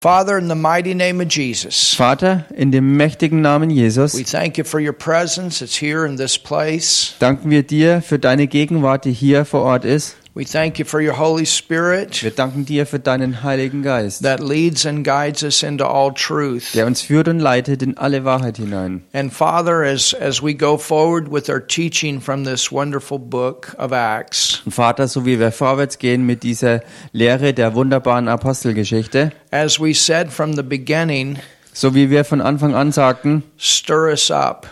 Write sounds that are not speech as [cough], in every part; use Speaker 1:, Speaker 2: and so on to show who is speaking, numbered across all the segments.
Speaker 1: Father, in the mighty name of Jesus,
Speaker 2: Vater, in dem mächtigen Namen
Speaker 1: we
Speaker 2: Jesus
Speaker 1: thank you for your presence. It's here in this place.
Speaker 2: danken wir dir für deine Gegenwart, die hier vor Ort ist.
Speaker 1: We thank you for your Holy Spirit
Speaker 2: Wir danken dir für deinen Heiligen Geist,
Speaker 1: that leads and guides us into all truth.
Speaker 2: der uns führt und leitet in alle Wahrheit hinein.
Speaker 1: And Father, as, as we go forward with our teaching from this wonderful book of Acts,
Speaker 2: Und Vater, so wie wir vorwärts gehen mit dieser Lehre der wunderbaren Apostelgeschichte,
Speaker 1: as we said from the beginning,
Speaker 2: so wie wir von Anfang an sagten,
Speaker 1: stir us up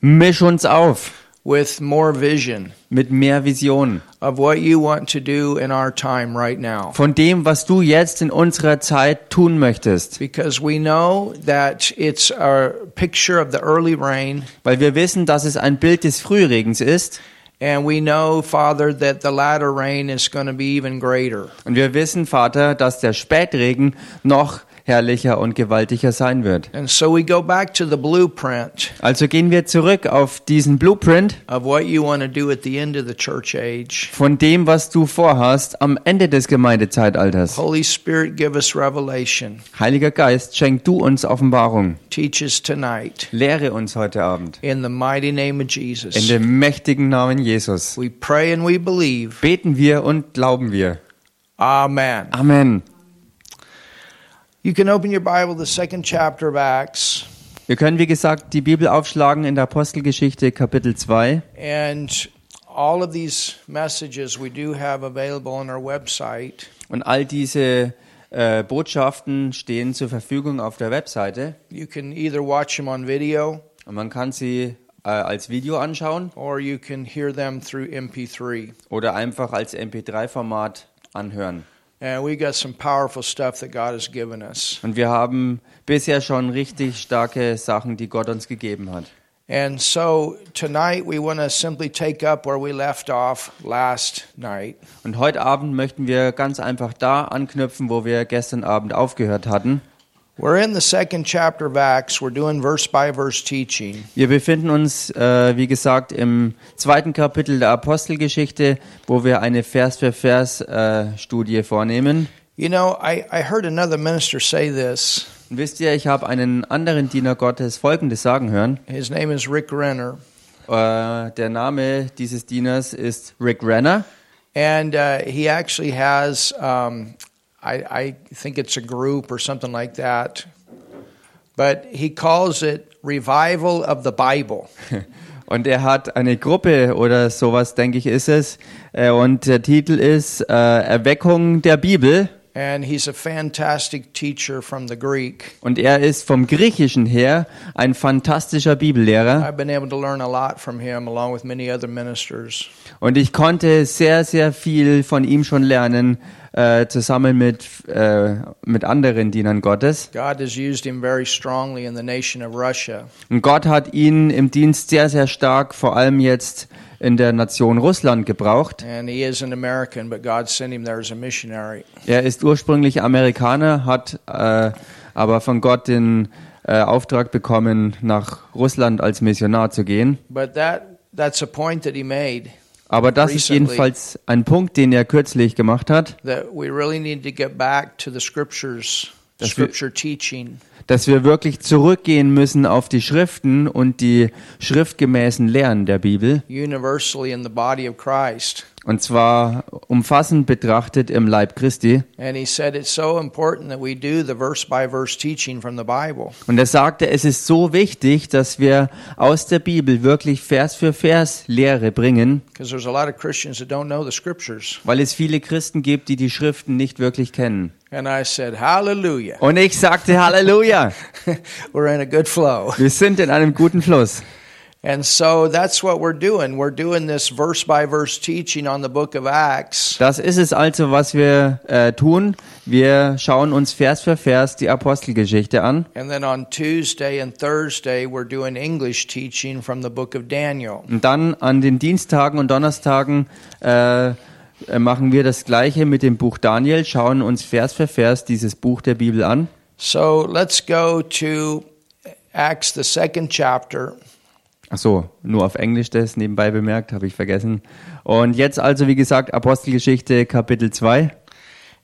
Speaker 2: misch uns auf
Speaker 1: with more vision
Speaker 2: mit mehr Vision
Speaker 1: of what you want to do in our time right now.
Speaker 2: von dem, was du jetzt in unserer Zeit tun möchtest.
Speaker 1: Because we know that it's a picture of the early rain.
Speaker 2: Weil wir wissen, dass es ein Bild des Frühregens ist
Speaker 1: And we know, Father, that the latter rain is going to be even greater.
Speaker 2: Und wir wissen, Vater, dass der Spätregen noch herrlicher und gewaltiger sein wird.
Speaker 1: And so we go back to the blueprint
Speaker 2: Also gehen wir zurück auf diesen Blueprint
Speaker 1: of what you want to do at the end of the church age.
Speaker 2: von dem, was du vorhast am Ende des Gemeindezeitalters.
Speaker 1: Holy Spirit, give us revelation.
Speaker 2: Heiliger Geist, schenk du uns Offenbarung.
Speaker 1: Teach us tonight.
Speaker 2: Lehre uns heute Abend.
Speaker 1: In the mighty name of
Speaker 2: In
Speaker 1: Jesus,
Speaker 2: dem mächtigen Namen Jesus.
Speaker 1: we pray and we believe.
Speaker 2: Beten wir und glauben wir.
Speaker 1: Amen.
Speaker 2: Amen.
Speaker 1: You can open your Bible, the second chapter of Acts,
Speaker 2: Wir können, wie gesagt, die Bibel aufschlagen in der Apostelgeschichte Kapitel 2.
Speaker 1: and all of these messages we do have available on our website.
Speaker 2: Und all diese äh, Botschaften stehen zur Verfügung auf der Webseite.
Speaker 1: You can either watch them on video.
Speaker 2: Und man kann sie äh, als Video anschauen
Speaker 1: or you can hear them through MP3.
Speaker 2: oder einfach als MP3-Format anhören.
Speaker 1: And we got some powerful stuff that God has given us.
Speaker 2: Und wir haben bisher schon richtig starke Sachen, die Gott uns gegeben hat.
Speaker 1: And so tonight we want to simply take up where we left off last night.
Speaker 2: Und heute Abend möchten wir ganz einfach da anknüpfen, wo wir gestern Abend aufgehört hatten.
Speaker 1: We're in the second chapter of Acts. We're doing verse by verse teaching.
Speaker 2: Wir befinden uns, äh, wie gesagt, im zweiten Kapitel der Apostelgeschichte, wo wir eine Vers-für-Vers-Studie äh, vornehmen.
Speaker 1: You know, I, I heard another minister say this.
Speaker 2: Und wisst ihr, ich habe einen anderen Diener Gottes Folgendes sagen hören.
Speaker 1: His name is Rick Renner.
Speaker 2: Äh, der Name dieses Dieners ist Rick Renner
Speaker 1: And uh, he actually has, um, I, I think it's a group or something like that. But he calls it Revival of the Bible.
Speaker 2: und er hat eine Gruppe oder sowas, denke ich, ist es. Äh, und der Titel ist äh, Erweckung der Bibel
Speaker 1: And he's a fantastic teacher from the Greek.
Speaker 2: und er ist vom Griechischen her ein fantastischer Bibellehrer
Speaker 1: I've been able to learn a lot from him, along with many other ministers.
Speaker 2: und ich konnte sehr, sehr viel von ihm schon lernen, äh, zusammen mit, äh, mit anderen Dienern Gottes.
Speaker 1: God has used him very strongly in the nation of Russia.
Speaker 2: Und Gott hat ihn im Dienst sehr, sehr stark, vor allem jetzt in der Nation Russland gebraucht.
Speaker 1: And he is an American, but God sent him there as a missionary.
Speaker 2: Er ist ursprünglich Amerikaner, hat äh, aber von Gott den äh, Auftrag bekommen, nach Russland als Missionar zu gehen.
Speaker 1: But that that's a point that he made
Speaker 2: Aber das ist
Speaker 1: Recently.
Speaker 2: jedenfalls ein Punkt, den er kürzlich gemacht hat,
Speaker 1: that we really need to get back to the scriptures,
Speaker 2: That's good.
Speaker 1: scripture teaching.
Speaker 2: dass wir wirklich zurückgehen müssen auf die Schriften und die schriftgemäßen Lehren der Bibel,
Speaker 1: universally in the body of Christ.
Speaker 2: und zwar umfassend betrachtet im Leib Christi.
Speaker 1: And he said it's so important that we do the verse by verse teaching from the Bible.
Speaker 2: Und er sagte, es ist so wichtig, dass wir aus der Bibel wirklich Vers für Vers Lehre bringen,
Speaker 1: Because there's a lot of Christians that don't know the scriptures.
Speaker 2: weil es viele Christen gibt, die die Schriften nicht wirklich kennen.
Speaker 1: And I said, Hallelujah. [laughs]
Speaker 2: Und ich sagte Halleluja.
Speaker 1: We're in a good flow.
Speaker 2: Wir sind in einem guten Fluss.
Speaker 1: And so that's what we're doing. We're doing this verse by verse teaching on the book of Acts.
Speaker 2: Das ist es also, was wir äh, tun. Wir schauen uns Vers für Vers die Apostelgeschichte an.
Speaker 1: And then on Tuesday and Thursday, we're doing English teaching from the book of Daniel.
Speaker 2: Und dann an den Dienstagen und Donnerstagen äh, äh, machen wir das gleiche mit dem Buch Daniel, schauen uns Vers für Vers dieses Buch der Bibel an.
Speaker 1: So let's go to Acts, the second chapter.
Speaker 2: Ach so, nur auf Englisch das nebenbei bemerkt, habe ich vergessen. Und jetzt also, wie gesagt, Apostelgeschichte Kapitel 2.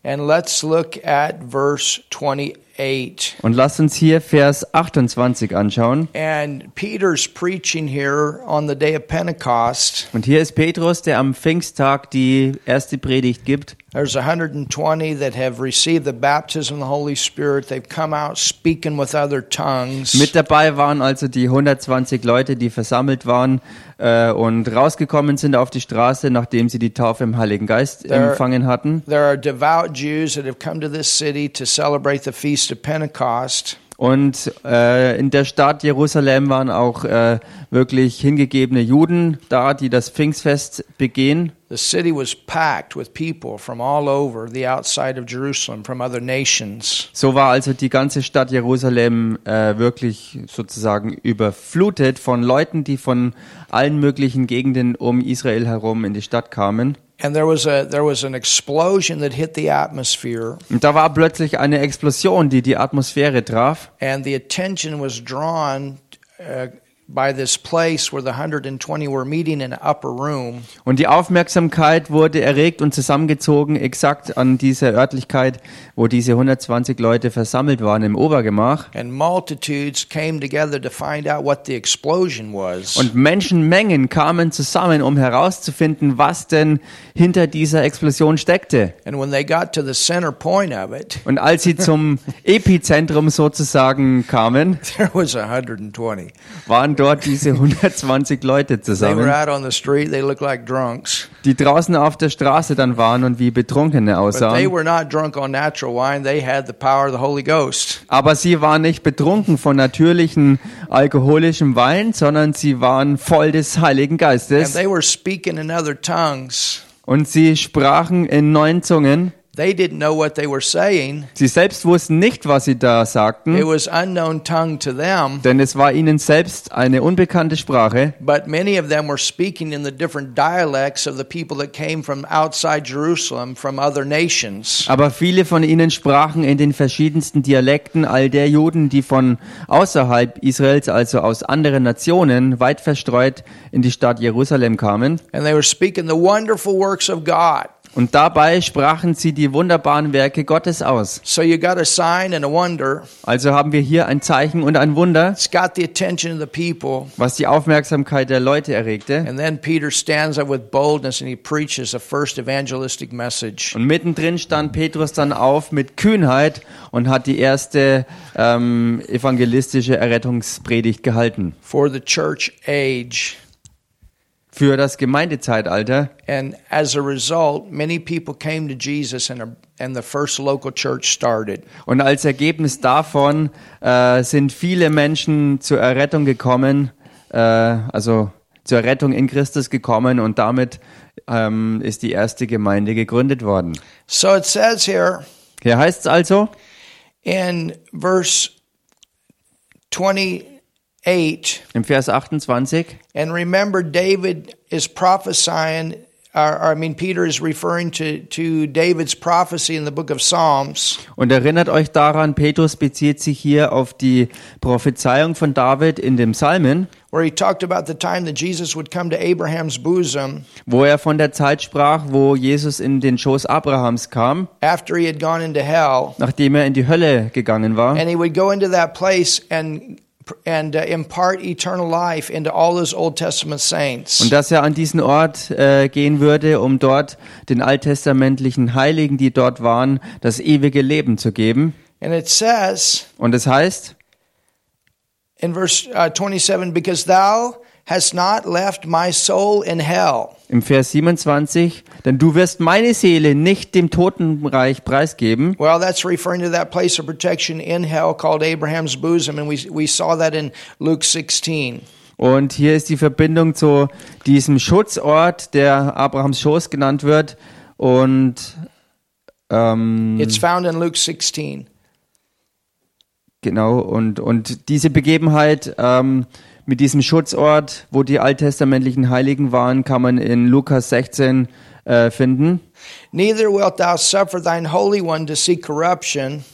Speaker 1: And let's look at verse 28. 8.
Speaker 2: Und lasst uns hier Vers 28 anschauen.
Speaker 1: And Peter's preaching here on the day of Pentecost.
Speaker 2: Und hier ist Petrus, der am Pfingsttag die erste Predigt gibt.
Speaker 1: There's 120 that have received the baptism of the Holy Spirit. They've come out speaking with other tongues.
Speaker 2: Mit dabei waren also die 120 Leute, die versammelt waren äh, und rausgekommen sind auf die Straße, nachdem sie die Taufe im Heiligen Geist
Speaker 1: There-
Speaker 2: empfangen hatten.
Speaker 1: there are devout Jews that have come to this city to celebrate the Feast of Pentecost.
Speaker 2: Und äh, in der Stadt Jerusalem waren auch äh, wirklich hingegebene Juden da, die das Pfingstfest begehen.
Speaker 1: The city was packed with people from all over the outside of Jerusalem, from other nations.
Speaker 2: So war also die ganze Stadt Jerusalem äh, wirklich sozusagen überflutet von Leuten, die von allen möglichen Gegenden um Israel herum in die Stadt kamen.
Speaker 1: And there was, a, there was an explosion that hit the atmosphere,
Speaker 2: Und da war plötzlich eine Explosion, die die Atmosphäre traf.
Speaker 1: and the attention was drawn uh, by this place where the 120 were meeting in an upper room.
Speaker 2: Und die Aufmerksamkeit wurde erregt und zusammengezogen, exakt an dieser Örtlichkeit, wo diese 120 Leute versammelt waren im Obergemach.
Speaker 1: And multitudes came together to find out what the explosion was.
Speaker 2: Und Menschenmengen kamen zusammen, um herauszufinden, was denn hinter dieser Explosion steckte.
Speaker 1: and when they got to the center point of it, [laughs]
Speaker 2: Und als sie zum Epizentrum sozusagen kamen,
Speaker 1: there was 120.
Speaker 2: waren dort diese 120 Leute
Speaker 1: They were
Speaker 2: zusammen,
Speaker 1: out on the street. They looked like drunks.
Speaker 2: die draußen auf der Straße dann waren und wie
Speaker 1: But
Speaker 2: Betrunkene
Speaker 1: they
Speaker 2: aussahen.
Speaker 1: were not drunk on natural wine. They had the power of the Holy Ghost.
Speaker 2: Aber sie waren nicht betrunken von natürlichen alkoholischem Wein, sondern sie waren voll des Heiligen
Speaker 1: And
Speaker 2: Geistes
Speaker 1: they were speaking in other tongues.
Speaker 2: und sie sprachen in neuen Zungen.
Speaker 1: They didn't know what they were saying.
Speaker 2: Sie selbst wussten nicht, was sie da
Speaker 1: It
Speaker 2: sagten,
Speaker 1: was unknown tongue to them,
Speaker 2: denn es war ihnen selbst eine unbekannte Sprache.
Speaker 1: but many of them were speaking in the different dialects of the people that came from outside Jerusalem, from other nations.
Speaker 2: Aber viele von ihnen sprachen in den verschiedensten Dialekten all der Juden, die von außerhalb Israels, also aus anderen Nationen, weit verstreut in die Stadt Jerusalem kamen.
Speaker 1: And they were speaking the wonderful works of God.
Speaker 2: Und dabei sprachen sie die wunderbaren Werke Gottes aus.
Speaker 1: So you got a sign and a wonder.
Speaker 2: Also haben wir hier ein Zeichen und ein Wunder,
Speaker 1: It's got the attention of the people.
Speaker 2: was die Aufmerksamkeit der Leute erregte.
Speaker 1: And then Peter stands up with boldness and he preaches the first evangelistic message.
Speaker 2: Und mittendrin stand Petrus dann auf mit Kühnheit und hat die erste ähm, evangelistische Errettungspredigt gehalten
Speaker 1: for the church age.
Speaker 2: für das Gemeindezeitalter.
Speaker 1: And as a result, many people came to Jesus and, a, and the first local church started.
Speaker 2: Und als Ergebnis davon äh, sind viele Menschen zur Errettung gekommen, äh, also zur Errettung in Christus gekommen und damit ähm, ist die erste Gemeinde gegründet worden.
Speaker 1: So it says here
Speaker 2: Hier heißt es also
Speaker 1: in verse 28
Speaker 2: im Vers 28,
Speaker 1: and remember, David is prophesying. Or, or, I mean, Peter is referring to, to David's prophecy in the book of Psalms.
Speaker 2: und erinnert euch daran, Petrus bezieht sich hier auf die Prophezeiung von David in dem Psalmen,
Speaker 1: Where he talked about the time that Jesus would come to Abraham's bosom
Speaker 2: wo er von der Zeit sprach, wo Jesus in den Schoß Abrahams kam,
Speaker 1: after he had gone into hell,
Speaker 2: nachdem er in die Hölle gegangen war.
Speaker 1: and he would go into that place and and uh, impart eternal life into all those Old Testament saints.
Speaker 2: Und dass er an diesen Ort äh, gehen würde, um dort den alttestamentlichen Heiligen, die dort waren, das ewige Leben zu geben.
Speaker 1: And it says
Speaker 2: Und es heißt,
Speaker 1: in verse uh, 27 because thou hast not left my soul in hell
Speaker 2: im Vers 27, denn du wirst meine Seele nicht dem Totenreich preisgeben.
Speaker 1: well that's referring to that place of protection in hell called abraham's bosom and we, we saw that in luke 16
Speaker 2: Und hier ist die Verbindung zu diesem Schutzort, der Abrahams Schoß genannt wird. Und ähm,
Speaker 1: it's found in luke 16
Speaker 2: Genau, und, und diese Begebenheit ähm, mit diesem Schutzort, wo die alttestamentlichen Heiligen waren, kann man in Lukas 16 äh, finden.
Speaker 1: neither wilt thou suffer thine holy one to see corruption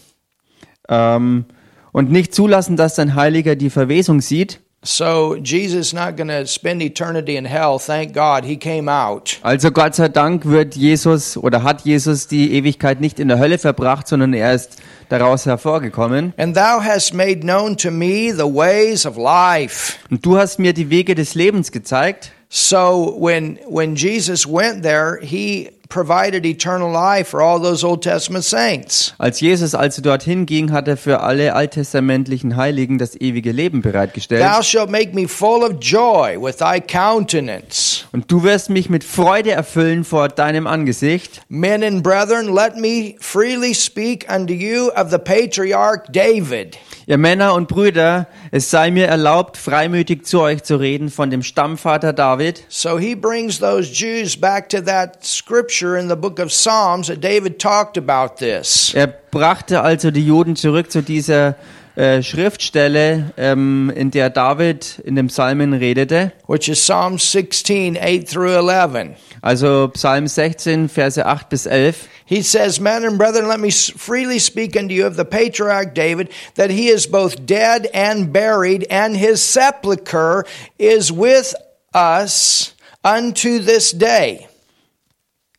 Speaker 2: Ähm, und nicht zulassen, dass dein Heiliger die Verwesung sieht.
Speaker 1: so jesus not going to spend eternity in hell thank god he came out
Speaker 2: Also Gott sei Dank wird Jesus oder hat Jesus die Ewigkeit nicht in der Hölle verbracht, sondern er ist daraus hervorgekommen.
Speaker 1: And thou hast made known to me the ways of life.
Speaker 2: Und du hast mir die Wege des Lebens gezeigt.
Speaker 1: So when when Jesus went there, he provided eternal life for all those Old Testament saints.
Speaker 2: Als Jesus also dorthin ging, hat er für alle alttestamentlichen Heiligen das ewige Leben
Speaker 1: Thou
Speaker 2: bereitgestellt.
Speaker 1: shalt make me full of joy with thy countenance.
Speaker 2: Und du wirst mich mit Freude erfüllen vor deinem Angesicht.
Speaker 1: Men and brethren, let me freely speak unto you of the patriarch David.
Speaker 2: Ihr Männer und Brüder, es sei mir erlaubt, freimütig zu euch zu reden von dem Stammvater David.
Speaker 1: So he brings those Jews back to that scripture in the book of Psalms that David talked about this.
Speaker 2: Er brachte also die Juden zurück zu dieser äh, Schriftstelle, ähm, in der David in dem Psalmen redete.
Speaker 1: which is Psalm 16, 8 through 11.
Speaker 2: Also Psalm 16, Verse 8 bis 11.
Speaker 1: He says, Men and brethren, let me s- freely speak unto you of the patriarch David, that he is both dead and buried, and his sepulchre is with us unto this day.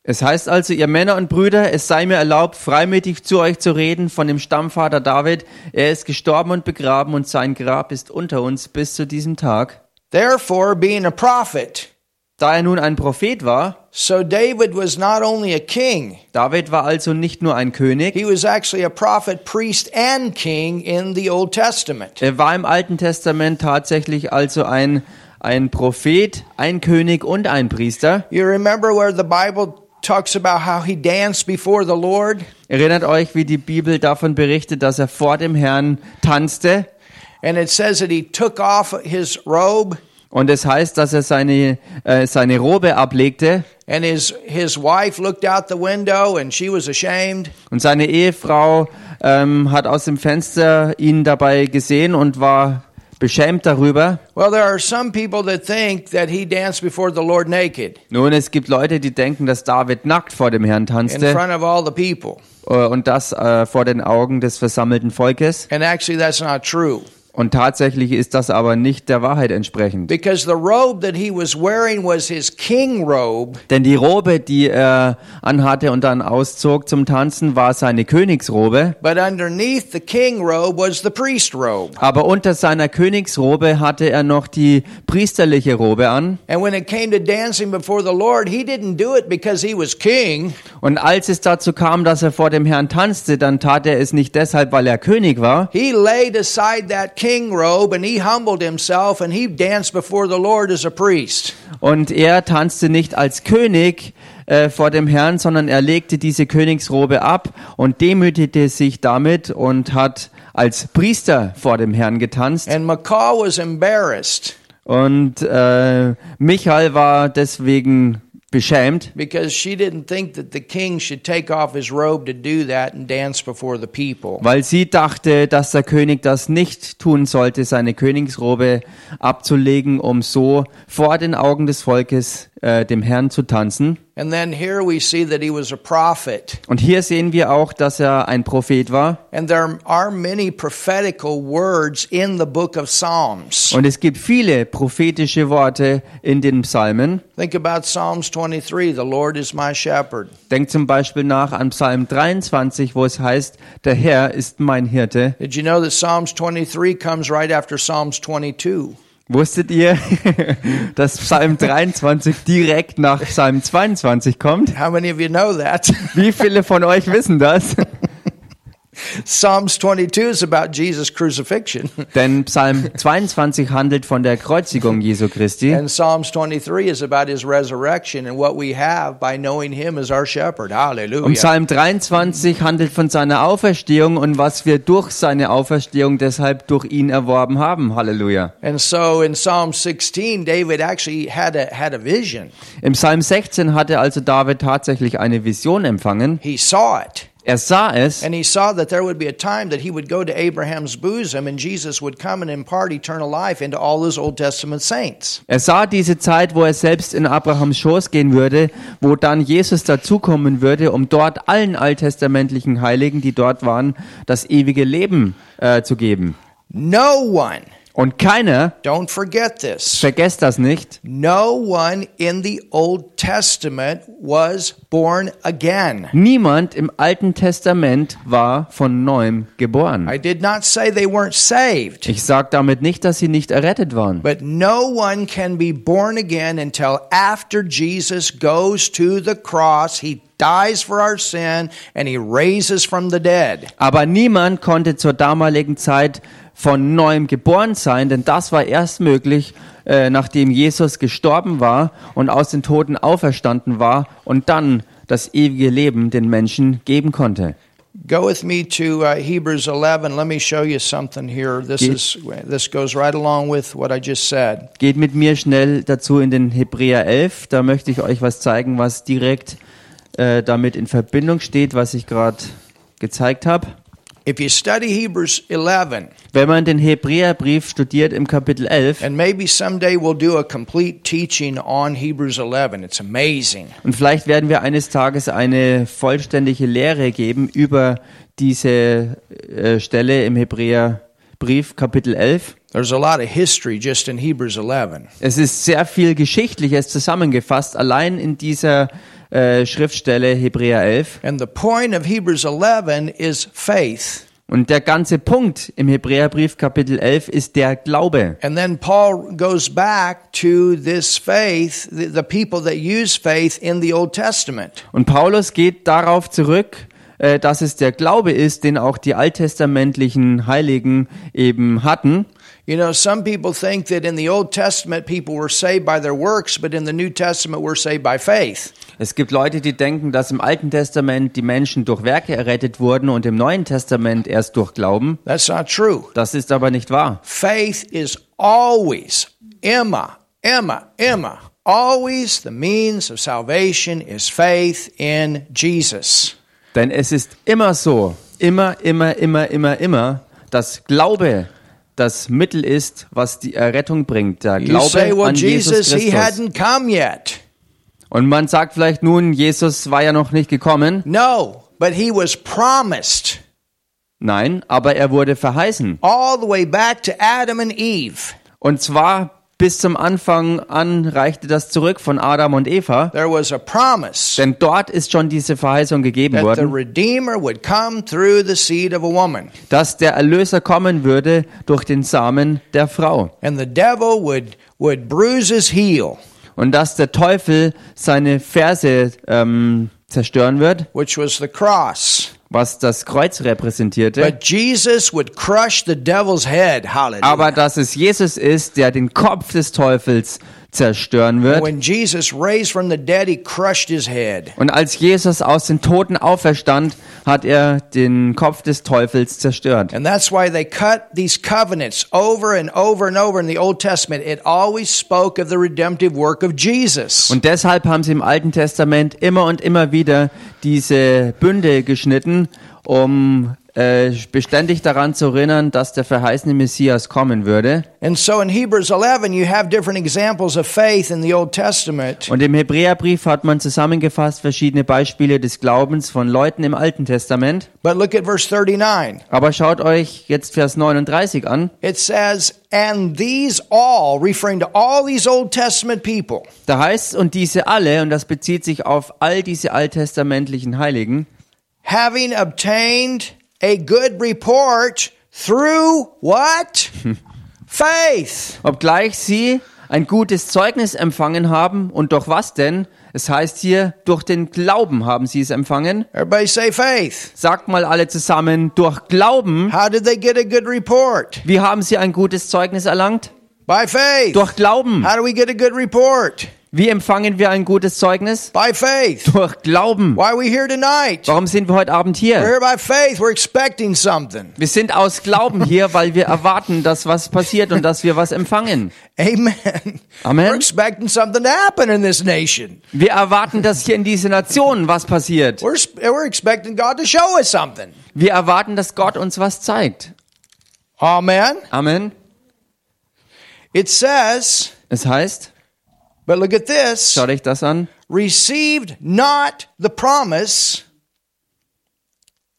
Speaker 2: Es heißt also, ihr Männer und Brüder, es sei mir erlaubt, freimütig zu euch zu reden von dem Stammvater David. Er ist gestorben und begraben und sein Grab ist unter uns bis zu diesem Tag.
Speaker 1: Therefore, being a prophet.
Speaker 2: Da er nun ein Prophet war,
Speaker 1: So David was not only a king,
Speaker 2: David war also nicht nur ein König,
Speaker 1: he was actually a prophet, priest, and king in the Old Testament.
Speaker 2: er war im Alten Testament tatsächlich also ein, ein Prophet, ein König und ein Priester.
Speaker 1: You remember where the Bible talks about how he danced before the Lord?
Speaker 2: Erinnert euch, wie die Bibel davon berichtet, dass er vor dem Herrn tanzte?
Speaker 1: And it says that he took off his robe
Speaker 2: Und es heißt, dass er seine, äh, seine Robe ablegte
Speaker 1: and his his wife looked out the window and she was ashamed.
Speaker 2: Und seine Ehefrau ähm, hat aus dem Fenster ihn dabei gesehen und war beschämt darüber.
Speaker 1: Well, there are some people that think that he danced before the Lord naked
Speaker 2: Nun, es gibt Leute, die denken, dass David nackt vor dem Herrn
Speaker 1: in
Speaker 2: tanzte
Speaker 1: front of all the people.
Speaker 2: äh, und das äh, vor den Augen des versammelten Volkes.
Speaker 1: And actually that's not true
Speaker 2: Und tatsächlich ist das aber nicht der Wahrheit entsprechend.
Speaker 1: because the robe that he was wearing was his king robe
Speaker 2: Denn die Robe, die er anhatte und dann auszog zum Tanzen, war seine Königsrobe.
Speaker 1: but underneath the king robe was the priest robe.
Speaker 2: Aber unter seiner Königsrobe hatte er noch die priesterliche Robe an.
Speaker 1: And when it came to dancing before the Lord, he didn't do it because he was king.
Speaker 2: Und als es dazu kam, dass er vor dem Herrn tanzte, dann tat er es nicht deshalb, weil er König war,
Speaker 1: He laid aside that king robe and he humbled himself and he danced before the Lord as a priest.
Speaker 2: und er tanzte nicht als König äh, vor dem Herrn, sondern er legte diese Königsrobe ab und demütigte sich damit und hat als Priester vor dem Herrn getanzt.
Speaker 1: And McCall was embarrassed
Speaker 2: Und äh, Michael war deswegen beschämt,
Speaker 1: because she didn't think that the king should take off his robe to do that and dance before the people.
Speaker 2: weil sie dachte, dass der König das nicht tun sollte, seine Königsrobe abzulegen, um so vor den Augen des Volkes äh, dem Herrn zu tanzen.
Speaker 1: And then here we see that he was a prophet.
Speaker 2: Und hier sehen wir auch, dass er ein Prophet war.
Speaker 1: And there are many prophetical words in the book of Psalms.
Speaker 2: Und es gibt viele prophetische Worte in den Psalmen.
Speaker 1: Think about Psalms 23 the Lord is my shepherd.
Speaker 2: Denkt zum Beispiel nach an Psalm 23, wo es heißt, der Herr ist mein Hirte.
Speaker 1: Did you know that Psalms 23 comes right after Psalms 22?
Speaker 2: Wusstet ihr, [laughs] dass Psalm 23 direkt nach Psalm 22 kommt?
Speaker 1: How many of you know that? [laughs]
Speaker 2: Wie viele von euch wissen das?
Speaker 1: Psalms 22 is about Jesus' crucifixion,
Speaker 2: [laughs]
Speaker 1: [laughs]
Speaker 2: Denn Psalm 22 handelt von der Kreuzigung Jesu Christi
Speaker 1: and Psalms 23 is about his resurrection and what we have by knowing him as our shepherd.
Speaker 2: und
Speaker 1: Hallelujah.
Speaker 2: Psalm 23 handelt von seiner Auferstehung und was wir durch seine Auferstehung deshalb durch ihn erworben haben. Halleluja.
Speaker 1: And so in Psalm 16, David actually had a, had a vision.
Speaker 2: Im Psalm 16 hatte also David tatsächlich eine Vision empfangen.
Speaker 1: He saw it.
Speaker 2: Er sah es
Speaker 1: And he saw that there would be a time that he would go to Abraham's bosom and Jesus would come and impart eternal life into all his Old Testament saints.
Speaker 2: er sah diese Zeit, wo er selbst in Abrahams Schoß gehen würde, wo dann Jesus dazukommen würde, um dort allen alttestamentlichen Heiligen, die dort waren, das ewige Leben äh, zu geben.
Speaker 1: No one
Speaker 2: Und keiner,
Speaker 1: Don't forget this.
Speaker 2: vergesst das nicht,
Speaker 1: No one in the Old Testament was born again.
Speaker 2: niemand im Alten Testament war von neuem geboren.
Speaker 1: I did not say they weren't saved,
Speaker 2: Ich sage damit nicht, dass sie nicht errettet waren.
Speaker 1: but no one can be born again until after Jesus goes to the cross, he dies for our sin, and he raises from the dead.
Speaker 2: Aber niemand konnte zur damaligen Zeit von neuem geboren sein, denn das war erst möglich, äh, nachdem Jesus gestorben war und aus den Toten auferstanden war und dann das ewige Leben den Menschen geben konnte.
Speaker 1: Go with me to uh, Hebrews 11. Let me show you something here. This is this goes right along with what I just said.
Speaker 2: Geht mit mir schnell dazu in den Hebräer 11, da möchte ich euch was zeigen, was direkt äh, damit in Verbindung steht, was ich gerade gezeigt habe.
Speaker 1: If you study Hebrews 11,
Speaker 2: Wenn man den Hebräerbrief studiert im Kapitel 11,
Speaker 1: And maybe someday we'll do a complete teaching on Hebrews 11. It's amazing.
Speaker 2: Und vielleicht werden wir eines Tages eine vollständige Lehre geben über diese äh, Stelle im Hebräerbrief Kapitel 11.
Speaker 1: There's a lot of history just in Hebrews 11.
Speaker 2: Es ist sehr viel Geschichtliches zusammengefasst, allein in dieser äh, Schriftstelle Hebräer 11.
Speaker 1: And the point of Hebrews 11 is faith.
Speaker 2: Und der ganze Punkt im Hebräerbrief Kapitel 11 ist der Glaube.
Speaker 1: And then Paul goes back to this faith, the, the people that use faith in the Old Testament.
Speaker 2: Und Paulus geht darauf zurück, äh, dass es der Glaube ist, den auch die alttestamentlichen Heiligen eben hatten.
Speaker 1: You know, some people think that in the Old Testament people were saved by their works, but in the New Testament we're saved by faith.
Speaker 2: Es gibt Leute, die denken, dass im Alten Testament die Menschen durch Werke errettet wurden und im Neuen Testament erst durch Glauben.
Speaker 1: That's not true.
Speaker 2: Das ist aber nicht wahr.
Speaker 1: Faith is always, Emma, Emma, Emma, always the means of salvation is faith in Jesus.
Speaker 2: Denn es ist immer so, immer, immer, immer, immer, immer, dass Glaube das Mittel ist, was die Errettung bringt. Der
Speaker 1: You say,
Speaker 2: Glaube
Speaker 1: well,
Speaker 2: an Jesus
Speaker 1: Jesus, he
Speaker 2: Christus.
Speaker 1: hadn't come yet.
Speaker 2: Und man sagt vielleicht nun, Jesus war ja noch nicht gekommen.
Speaker 1: No, but he was promised
Speaker 2: Nein, aber er wurde verheißen.
Speaker 1: all the way back to Adam and Eve.
Speaker 2: Und zwar bis zum Anfang an reichte das zurück von Adam und Eva.
Speaker 1: There was a promise
Speaker 2: Denn dort ist schon diese Verheißung gegeben
Speaker 1: that the
Speaker 2: worden.
Speaker 1: Redeemer would come through the seed of a woman,
Speaker 2: dass der Erlöser kommen würde durch den Samen der Frau
Speaker 1: and the devil would, would bruise his heel,
Speaker 2: und dass der Teufel seine Verse ähm, zerstören wird,
Speaker 1: which was the cross.
Speaker 2: was das Kreuz repräsentierte,
Speaker 1: But Jesus would crush the devil's head. Hallelujah.
Speaker 2: aber dass es Jesus ist, der den Kopf des Teufels zerstören wird.
Speaker 1: when Jesus raised from the dead, he crushed his head.
Speaker 2: Und als Jesus aus den Toten auferstand, hat er den Kopf des Teufels zerstört.
Speaker 1: And that's why they cut these covenants over and over and over in the Old Testament. It always spoke of the redemptive work of Jesus.
Speaker 2: Und deshalb haben sie im Alten Testament immer und immer wieder diese Bünde geschnitten, um äh, beständig daran zu erinnern, dass der verheißene Messias kommen würde.
Speaker 1: And so in Hebrews 11, you have different examples of faith in the Old Testament.
Speaker 2: Und im Hebräerbrief hat man zusammengefasst verschiedene Beispiele des Glaubens von Leuten im Alten Testament.
Speaker 1: But look at verse 39.
Speaker 2: Aber schaut euch jetzt Vers 39 an.
Speaker 1: It says, And these all, referring to all these Old Testament people,
Speaker 2: Da heißt und diese alle, und das bezieht sich auf all diese alttestamentlichen Heiligen,
Speaker 1: having obtained a good report through what? faith.
Speaker 2: obgleich sie ein gutes Zeugnis empfangen haben. Und durch was denn? Es heißt hier, durch den Glauben haben sie es empfangen.
Speaker 1: Everybody say faith.
Speaker 2: Sagt mal alle zusammen, durch Glauben.
Speaker 1: How did they get a good report?
Speaker 2: Wie haben sie ein gutes Zeugnis erlangt?
Speaker 1: By faith.
Speaker 2: Durch Glauben.
Speaker 1: How do we get a good report?
Speaker 2: Wie empfangen wir ein gutes Zeugnis?
Speaker 1: By faith.
Speaker 2: Durch Glauben.
Speaker 1: Why are we here tonight?
Speaker 2: Warum sind wir heute Abend
Speaker 1: We're
Speaker 2: hier?
Speaker 1: here by faith. We're expecting something.
Speaker 2: Wir sind aus Glauben hier, weil wir erwarten, dass was passiert und dass wir was empfangen.
Speaker 1: Amen.
Speaker 2: Amen.
Speaker 1: We're expecting something to happen in this nation.
Speaker 2: Wir erwarten, dass hier in dieser Nation was passiert.
Speaker 1: We're, we're expecting God to show us something.
Speaker 2: Wir erwarten, dass Gott uns was zeigt.
Speaker 1: Amen.
Speaker 2: Amen.
Speaker 1: It says,
Speaker 2: Es heißt,
Speaker 1: but look at this.
Speaker 2: Schaut euch das an.
Speaker 1: received not the promise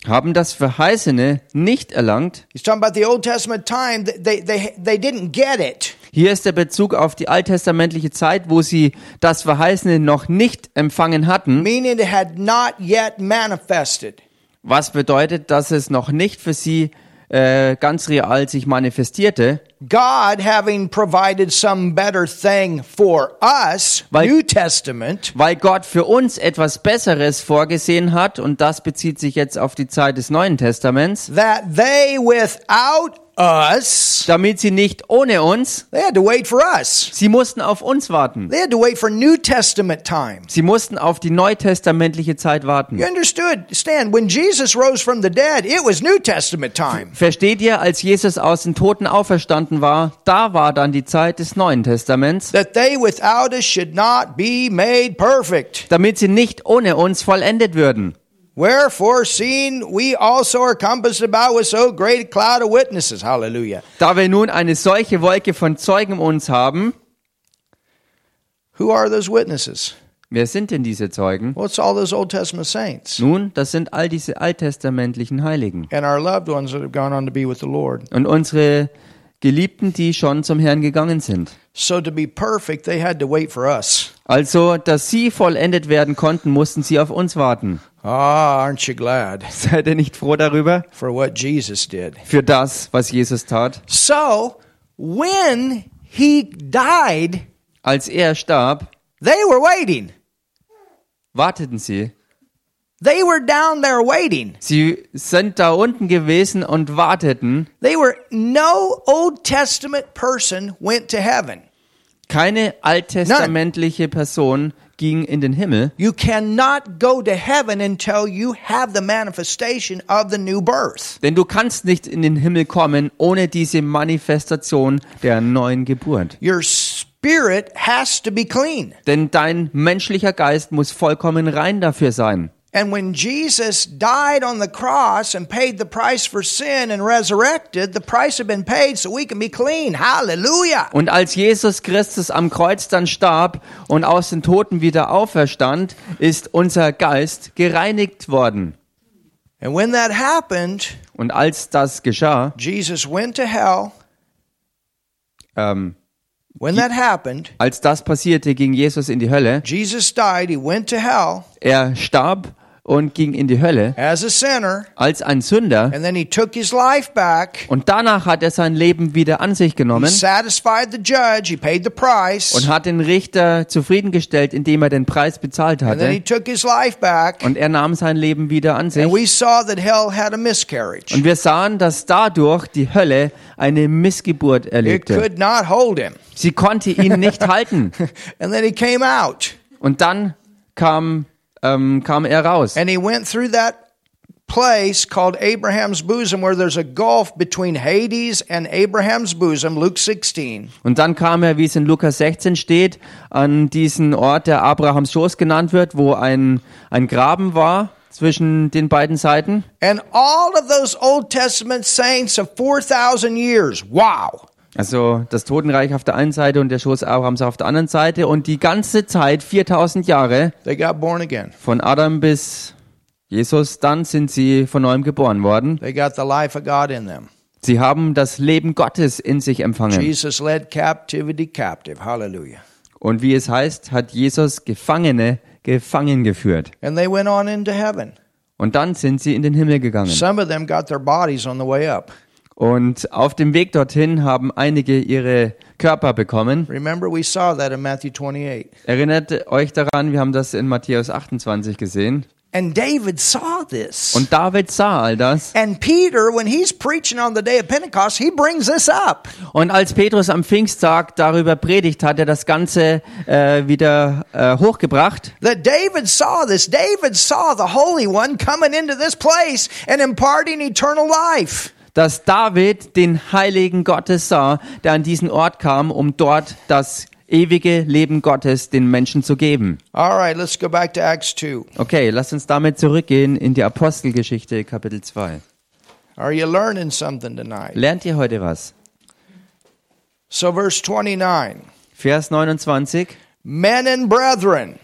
Speaker 2: haben das Verheißene nicht erlangt.
Speaker 1: He's talking about the Old Testament time. that They, they, they didn't get it.
Speaker 2: Hier ist der Bezug auf die alttestamentliche Zeit, wo sie das Verheißene noch nicht empfangen hatten,
Speaker 1: meaning it had not yet manifested.
Speaker 2: was bedeutet, dass es noch nicht für sie äh, ganz real sich manifestierte,
Speaker 1: God having provided some better thing for us,
Speaker 2: Weil-
Speaker 1: New Testament,
Speaker 2: weil Gott für uns etwas Besseres vorgesehen hat, und das bezieht sich jetzt auf die Zeit des Neuen Testaments,
Speaker 1: that they without us,
Speaker 2: damit sie nicht ohne uns,
Speaker 1: they had to wait for us.
Speaker 2: sie mussten auf uns warten.
Speaker 1: They had to wait for New Testament time.
Speaker 2: Sie mussten auf die neutestamentliche Zeit warten.
Speaker 1: You understood, Stan, when Jesus rose from the dead, it was New Testament time.
Speaker 2: Versteht ihr, als Jesus aus den Toten auferstanden war, da war dann die Zeit des Neuen Testaments,
Speaker 1: That they without us should not be made perfect.
Speaker 2: damit sie nicht ohne uns vollendet würden.
Speaker 1: Wherefore, seeing we also are compassed about with so great a cloud of witnesses. Hallelujah.
Speaker 2: Da wir nun eine solche Wolke von Zeugen um uns haben,
Speaker 1: Who are those witnesses?
Speaker 2: wer sind denn diese Zeugen?
Speaker 1: Well, it's all those Old Testament saints
Speaker 2: Nun, das sind all diese alttestamentlichen Heiligen
Speaker 1: and our loved ones that have gone on to be with the Lord.
Speaker 2: und unsere Geliebten, die schon zum Herrn gegangen sind.
Speaker 1: So, to be perfect, they had to wait for us.
Speaker 2: Also, dass sie vollendet werden konnten, mussten sie auf uns warten.
Speaker 1: Ah, aren't you glad
Speaker 2: [laughs] Seid ihr nicht froh darüber?
Speaker 1: for what Jesus did?
Speaker 2: Für das, was Jesus tat.
Speaker 1: So, when he died,
Speaker 2: Als er starb,
Speaker 1: they were waiting.
Speaker 2: warteten sie.
Speaker 1: They were down there waiting.
Speaker 2: Sie sind da unten gewesen und warteten.
Speaker 1: They were no Old Testament person went to heaven.
Speaker 2: Keine alttestamentliche Person ging in den Himmel.
Speaker 1: You cannot go to heaven until you have the manifestation of the new birth.
Speaker 2: Denn du kannst nicht in den Himmel kommen ohne diese Manifestation der neuen Geburt.
Speaker 1: Your spirit has to be clean.
Speaker 2: Denn dein menschlicher Geist muss vollkommen rein dafür sein.
Speaker 1: And when Jesus died on the cross and paid the price for sin and resurrected, the price had been paid so we can be clean. Hallelujah.
Speaker 2: Und als Jesus Christus am Kreuz dann starb und aus den Toten wieder auferstand, ist unser Geist gereinigt worden.
Speaker 1: And when that happened,
Speaker 2: Und als das geschah,
Speaker 1: Jesus went to hell.
Speaker 2: ähm,
Speaker 1: When that happened,
Speaker 2: als das passierte, ging Jesus in die Hölle.
Speaker 1: Jesus died, he went to hell
Speaker 2: Er starb und ging in die Hölle
Speaker 1: as a sinner.
Speaker 2: als ein Sünder.
Speaker 1: And then he took his life back.
Speaker 2: Und danach hat er sein Leben wieder an sich
Speaker 1: He
Speaker 2: genommen.
Speaker 1: satisfied the judge. He paid the price.
Speaker 2: und hat den Richter zufriedengestellt, indem er den Preis bezahlt
Speaker 1: And then he
Speaker 2: hatte.
Speaker 1: took his life back.
Speaker 2: Und er nahm sein Leben wieder an sich.
Speaker 1: And we saw that hell had a miscarriage.
Speaker 2: Und wir sahen, dass dadurch die Hölle eine Missgeburt
Speaker 1: It
Speaker 2: erlebte.
Speaker 1: could not hold him. [laughs]
Speaker 2: Sie konnte ihn nicht halten.
Speaker 1: And then he came out.
Speaker 2: Und dann kam, ähm, kam er raus.
Speaker 1: And he went through that place called Abraham's bosom where there's a gulf between Hades and Abraham's bosom, Luke 16.
Speaker 2: Und dann kam er, wie es in Lukas 16 steht, an diesen Ort, der Abrahams Schoß genannt wird, wo ein, ein Graben war zwischen den beiden Seiten.
Speaker 1: And all of those Old Testament saints of 4,000 years. Wow.
Speaker 2: Also das Totenreich auf der einen Seite und der Schoß Abrahams auf der anderen Seite und die ganze Zeit 4000 Jahre
Speaker 1: They got born again.
Speaker 2: von Adam bis Jesus, dann sind sie von neuem geboren worden.
Speaker 1: They got the life of God in them.
Speaker 2: Sie haben das Leben Gottes in sich empfangen.
Speaker 1: Jesus led captivity captive. Hallelujah.
Speaker 2: Und wie es heißt, hat Jesus Gefangene gefangen geführt.
Speaker 1: And they went on into heaven.
Speaker 2: Und dann sind sie in den Himmel gegangen.
Speaker 1: Some of them got their bodies on the way up.
Speaker 2: Und auf dem Weg dorthin haben einige ihre Körper bekommen.
Speaker 1: Remember, we saw that in Matthew 28.
Speaker 2: Erinnert euch daran, wir haben das in Matthäus 28 gesehen.
Speaker 1: And David saw this.
Speaker 2: Und David sah all das.
Speaker 1: and Peter, when he's preaching on the day of Pentecost, he brings this up.
Speaker 2: Und als Petrus am Pfingsttag darüber predigt, hat er das Ganze äh, wieder äh, hochgebracht.
Speaker 1: That David saw this. David saw the Holy One coming into this place and imparting eternal life.
Speaker 2: dass David den Heiligen Gottes sah, der an diesen Ort kam, um dort das ewige Leben Gottes den Menschen zu geben.
Speaker 1: All right, let's go back to Acts 2.
Speaker 2: Okay, lasst uns damit zurückgehen in die Apostelgeschichte Kapitel 2.
Speaker 1: Are you learning something tonight?
Speaker 2: Lernt ihr heute was?
Speaker 1: So, verse 29
Speaker 2: Vers 29.
Speaker 1: Men and brethren.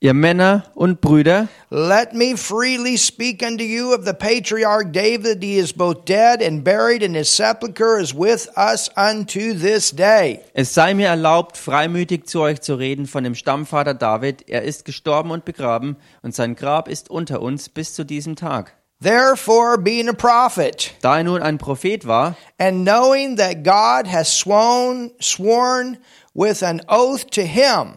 Speaker 2: Ihr Männer und Brüder,
Speaker 1: Let me freely speak unto you of the patriarch David. He is both dead and buried, and his sepulchre is with us unto this day.
Speaker 2: es sei mir erlaubt, freimütig zu euch zu reden von dem Stammvater David. Er ist gestorben und begraben, und sein Grab ist unter uns bis zu diesem Tag.
Speaker 1: Therefore, being a prophet,
Speaker 2: Da er nun ein Prophet war,
Speaker 1: and knowing that God has sworn, sworn with an oath to him,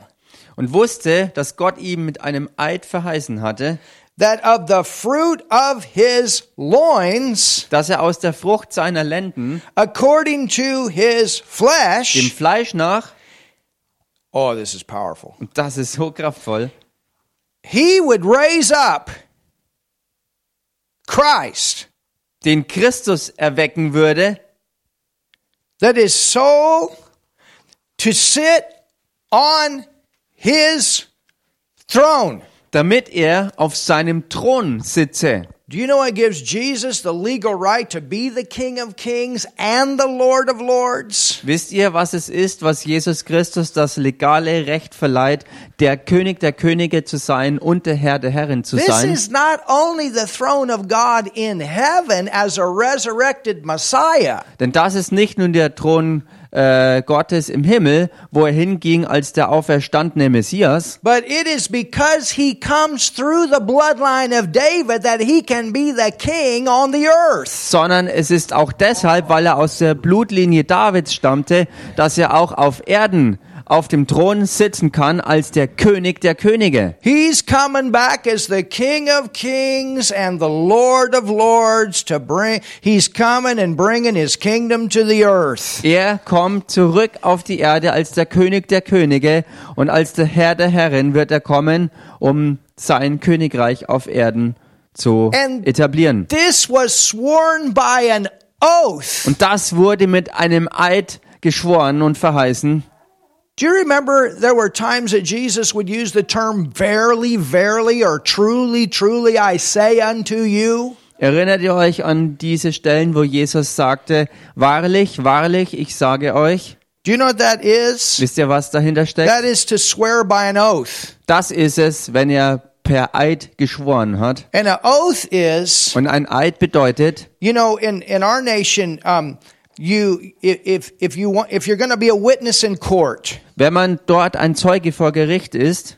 Speaker 2: und wusste, dass Gott ihm mit einem Eid verheißen hatte,
Speaker 1: that of the fruit of his loins,
Speaker 2: dass er aus der Frucht seiner Lenden,
Speaker 1: according to his
Speaker 2: dem
Speaker 1: flesh,
Speaker 2: Fleisch nach,
Speaker 1: oh, this is powerful,
Speaker 2: und das ist so kraftvoll,
Speaker 1: he would raise up Christ,
Speaker 2: den Christus erwecken würde,
Speaker 1: that his soul to sit on his throne.
Speaker 2: damit er auf seinem thron sitze.
Speaker 1: Do you know what gives Jesus the legal right to be the King of Kings and the Lord of Lords?
Speaker 2: Wisst ihr, was es ist, was Jesus Christus das legale Recht verleiht, der König der Könige zu sein und der Herr der Herren zu
Speaker 1: This
Speaker 2: sein?
Speaker 1: is not only the throne of God in heaven as a resurrected Messiah,
Speaker 2: Denn das ist nicht nur der Thron äh, Gottes im Himmel, wo er hinging als der auferstandene Messias,
Speaker 1: but it is because he comes through the bloodline of David that he can be the king on the earth.
Speaker 2: sondern es ist auch deshalb, weil er aus der Blutlinie Davids stammte, dass er auch auf Erden auf dem Thron sitzen kann als der König der Könige.
Speaker 1: He's coming back as the King of Kings and the Lord of Lords to bring, he's coming and bringing his kingdom to the earth.
Speaker 2: Er kommt zurück auf die Erde als der König der Könige und als der Herr der Herren wird er kommen, um sein Königreich auf Erden zu
Speaker 1: And-
Speaker 2: etablieren.
Speaker 1: This was sworn by an oath.
Speaker 2: Und das wurde mit einem Eid geschworen und verheißen.
Speaker 1: Do you remember there were times that Jesus would use the term verily, verily, or truly, truly, I say unto you?
Speaker 2: Erinnert ihr euch an diese Stellen, wo Jesus sagte, wahrlich, wahrlich, ich sage euch,
Speaker 1: Do you know what that is?
Speaker 2: wisst ihr, was dahinter steckt?
Speaker 1: That is to swear by an oath.
Speaker 2: Das ist es, wenn er per Eid geschworen hat.
Speaker 1: And an oath is,
Speaker 2: Und ein Eid bedeutet,
Speaker 1: you know, in, in our nation, um, you i- if if you want if you're going to be a witness in court,
Speaker 2: wenn man dort ein Zeuge vor Gericht ist,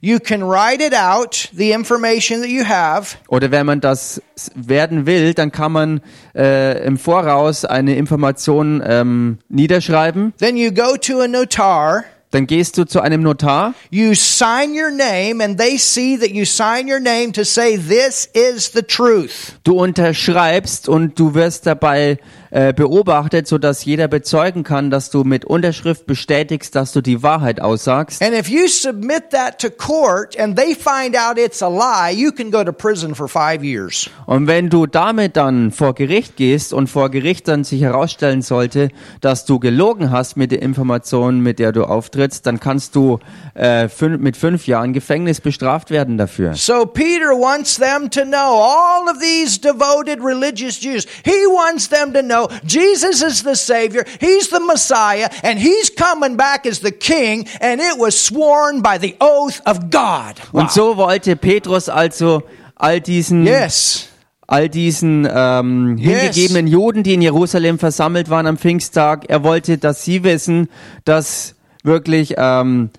Speaker 1: you can write it out the information that you have,
Speaker 2: Oder wenn man das s- werden will, dann kann man äh, im Voraus eine Information ähm, niederschreiben.
Speaker 1: then you go to a notar,
Speaker 2: Dann gehst du zu einem Notar
Speaker 1: You sign your name, and they see that you sign your name to say, This is the truth.
Speaker 2: Du unterschreibst und du wirst dabei äh, beobachtet, sodass jeder bezeugen kann, dass du mit Unterschrift bestätigst, dass du die Wahrheit aussagst.
Speaker 1: And if you submit that to court and they find out it's a lie, you can go to prison for five years.
Speaker 2: Und wenn du damit dann vor Gericht gehst und vor Gericht dann sich herausstellen sollte, dass du gelogen hast mit der Information, mit der du auftrittst, dann kannst du äh, fün mit fünf Jahren Gefängnis bestraft werden dafür.
Speaker 1: So Peter wants them to know, all of these devoted religious Jews, he wants them to know Jesus is the Savior, He's the Messiah, and He's coming back as the King, and it was sworn by the oath of God.
Speaker 2: Und so mm. wollte Petrus also all diesen,
Speaker 1: Yes.
Speaker 2: all diesen ähm,
Speaker 1: Yes.
Speaker 2: hingegebenen Juden, die in Jerusalem versammelt waren am Pfingsttag, er wollte, dass sie wissen, dass wirklich ähm,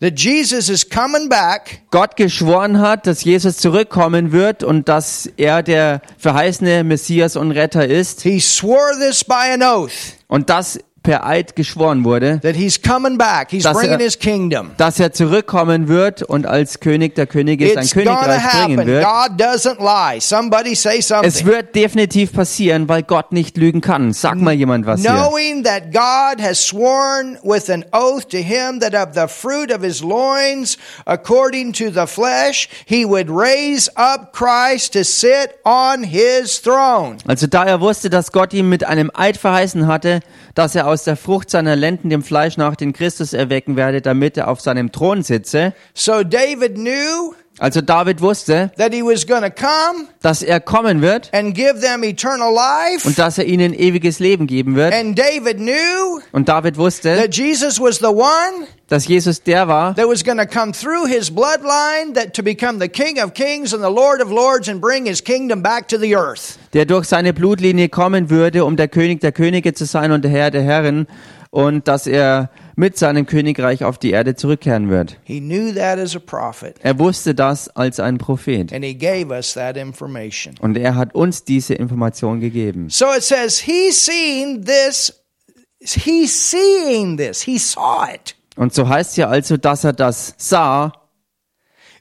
Speaker 1: That Jesus is coming back.
Speaker 2: Gott geschworen hat, dass Jesus zurückkommen wird und dass er der verheißene Messias und Retter ist
Speaker 1: He swore this by an oath
Speaker 2: und das per Eid geschworen wurde,
Speaker 1: that he's coming back. He's
Speaker 2: Dass er-
Speaker 1: bringing his kingdom.
Speaker 2: dass er zurückkommen wird und als König der Könige sein
Speaker 1: It's gonna
Speaker 2: Königreich bringen
Speaker 1: happen.
Speaker 2: wird.
Speaker 1: God doesn't lie. Somebody say
Speaker 2: Es
Speaker 1: something.
Speaker 2: wird definitiv passieren, weil Gott nicht lügen kann. Sag mal jemand was hier.
Speaker 1: Knowing that God has sworn with an oath to him that of the fruit of his loins, according to the flesh, he would raise up Christ to sit on his throne.
Speaker 2: Also da er wusste, dass Gott ihm mit einem Eid verheißen hatte, dass er aus der Frucht seiner Lenden dem Fleisch nach den Christus erwecken werde, damit er auf seinem Thron sitze.
Speaker 1: So David knew
Speaker 2: Also David wusste,
Speaker 1: that he was going to come
Speaker 2: dass er kommen wird
Speaker 1: and give them eternal
Speaker 2: und
Speaker 1: life.
Speaker 2: dass er ihnen ewiges Leben geben wird.
Speaker 1: And David knew
Speaker 2: Und David wusste,
Speaker 1: that Jesus was the one
Speaker 2: dass Jesus der war,
Speaker 1: that was going to come through his bloodline that to become the King of Kings and the Lord of Lords and bring his kingdom back to the earth.
Speaker 2: der durch seine Blutlinie kommen würde, um der König der Könige zu sein und der Herr der Herren und dass er mit seinem Königreich auf die Erde zurückkehren wird.
Speaker 1: He knew that as a prophet,
Speaker 2: Er wusste das als ein Prophet
Speaker 1: and he gave us that information.
Speaker 2: und er hat uns diese Information gegeben.
Speaker 1: So it says, He seeing this, He seeing this, He saw it
Speaker 2: Und so heißt ja also, dass er das sah,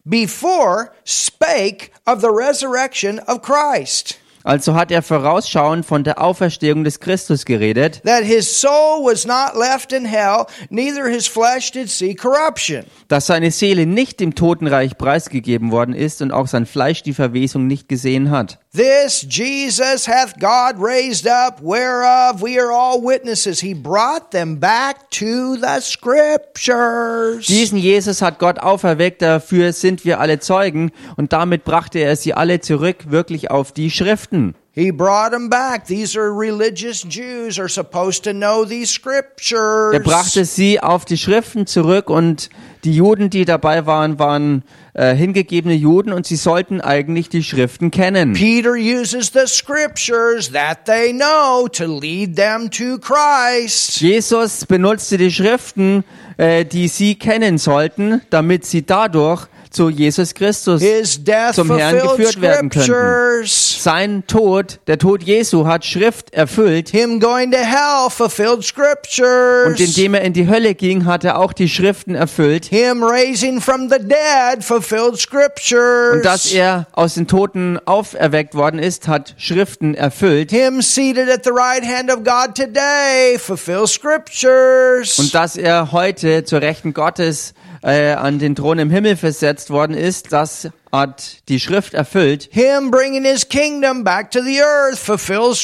Speaker 1: before spake of the resurrection of Christ.
Speaker 2: also hat er vorausschauend von der Auferstehung des Christus geredet,
Speaker 1: That his soul was not left in hell, neither his flesh did see corruption.
Speaker 2: dass seine Seele nicht dem Totenreich preisgegeben worden ist und auch sein Fleisch die Verwesung nicht gesehen hat.
Speaker 1: This Jesus hath God raised up, whereof we are all witnesses. He brought them back to the scriptures.
Speaker 2: Diesen Jesus hat Gott auferweckt, dafür sind wir alle Zeugen und damit brachte er sie alle zurück wirklich auf die Schriften.
Speaker 1: He brought them back. These are religious Jews are supposed to know these scriptures.
Speaker 2: Er brachte sie auf die Schriften zurück und die Juden, die dabei waren, waren äh, hingegebene Juden und sie sollten eigentlich die Schriften kennen.
Speaker 1: Peter uses the scriptures that they know to lead them to Christ.
Speaker 2: Jesus benutzte die Schriften, äh, die sie kennen sollten, damit sie dadurch zu Jesus Christus,
Speaker 1: His death
Speaker 2: Zum Herrn
Speaker 1: fulfilled
Speaker 2: geführt werden könnten.
Speaker 1: scriptures.
Speaker 2: sein Tod, der Tod Jesu hat Schrift erfüllt
Speaker 1: Him going to hell fulfilled
Speaker 2: und
Speaker 1: scriptures.
Speaker 2: indem er in die Hölle ging, hat er auch die Schriften erfüllt
Speaker 1: Him raising from the dead fulfilled scriptures.
Speaker 2: und dass er aus den Toten auferweckt worden ist, hat Schriften erfüllt
Speaker 1: Him seated at the right hand of God today fulfills scriptures.
Speaker 2: und dass er heute zur Rechten Gottes äh, an den Thron im Himmel versetzt worden ist, das hat die Schrift erfüllt
Speaker 1: Him bringing his kingdom back to the earth fulfills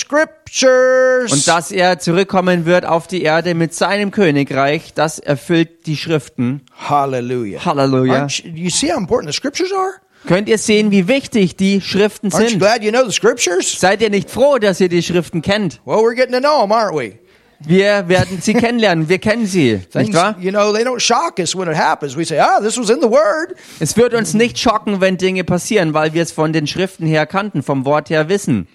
Speaker 1: scriptures.
Speaker 2: Und dass er zurückkommen wird auf die Erde mit seinem Königreich, das erfüllt die Schriften.
Speaker 1: Hallelujah.
Speaker 2: Halleluja.
Speaker 1: Aren't you, you see how important the scriptures are?
Speaker 2: Könnt ihr sehen, wie wichtig die Schriften
Speaker 1: Aren't you
Speaker 2: sind?
Speaker 1: glad you know the scriptures?
Speaker 2: Seid ihr nicht froh, dass ihr die Schriften kennt?
Speaker 1: Well, we're getting to know them, aren't we?
Speaker 2: Wir werden sie kennenlernen. Wir kennen sie, nicht
Speaker 1: Things,
Speaker 2: wahr?
Speaker 1: you know, they don't shock us when it happens. We say, ah, this was in the Word.
Speaker 2: Es wird uns nicht schocken, wenn Dinge passieren, weil wir es von den Schriften her kannten, vom Wort her wissen.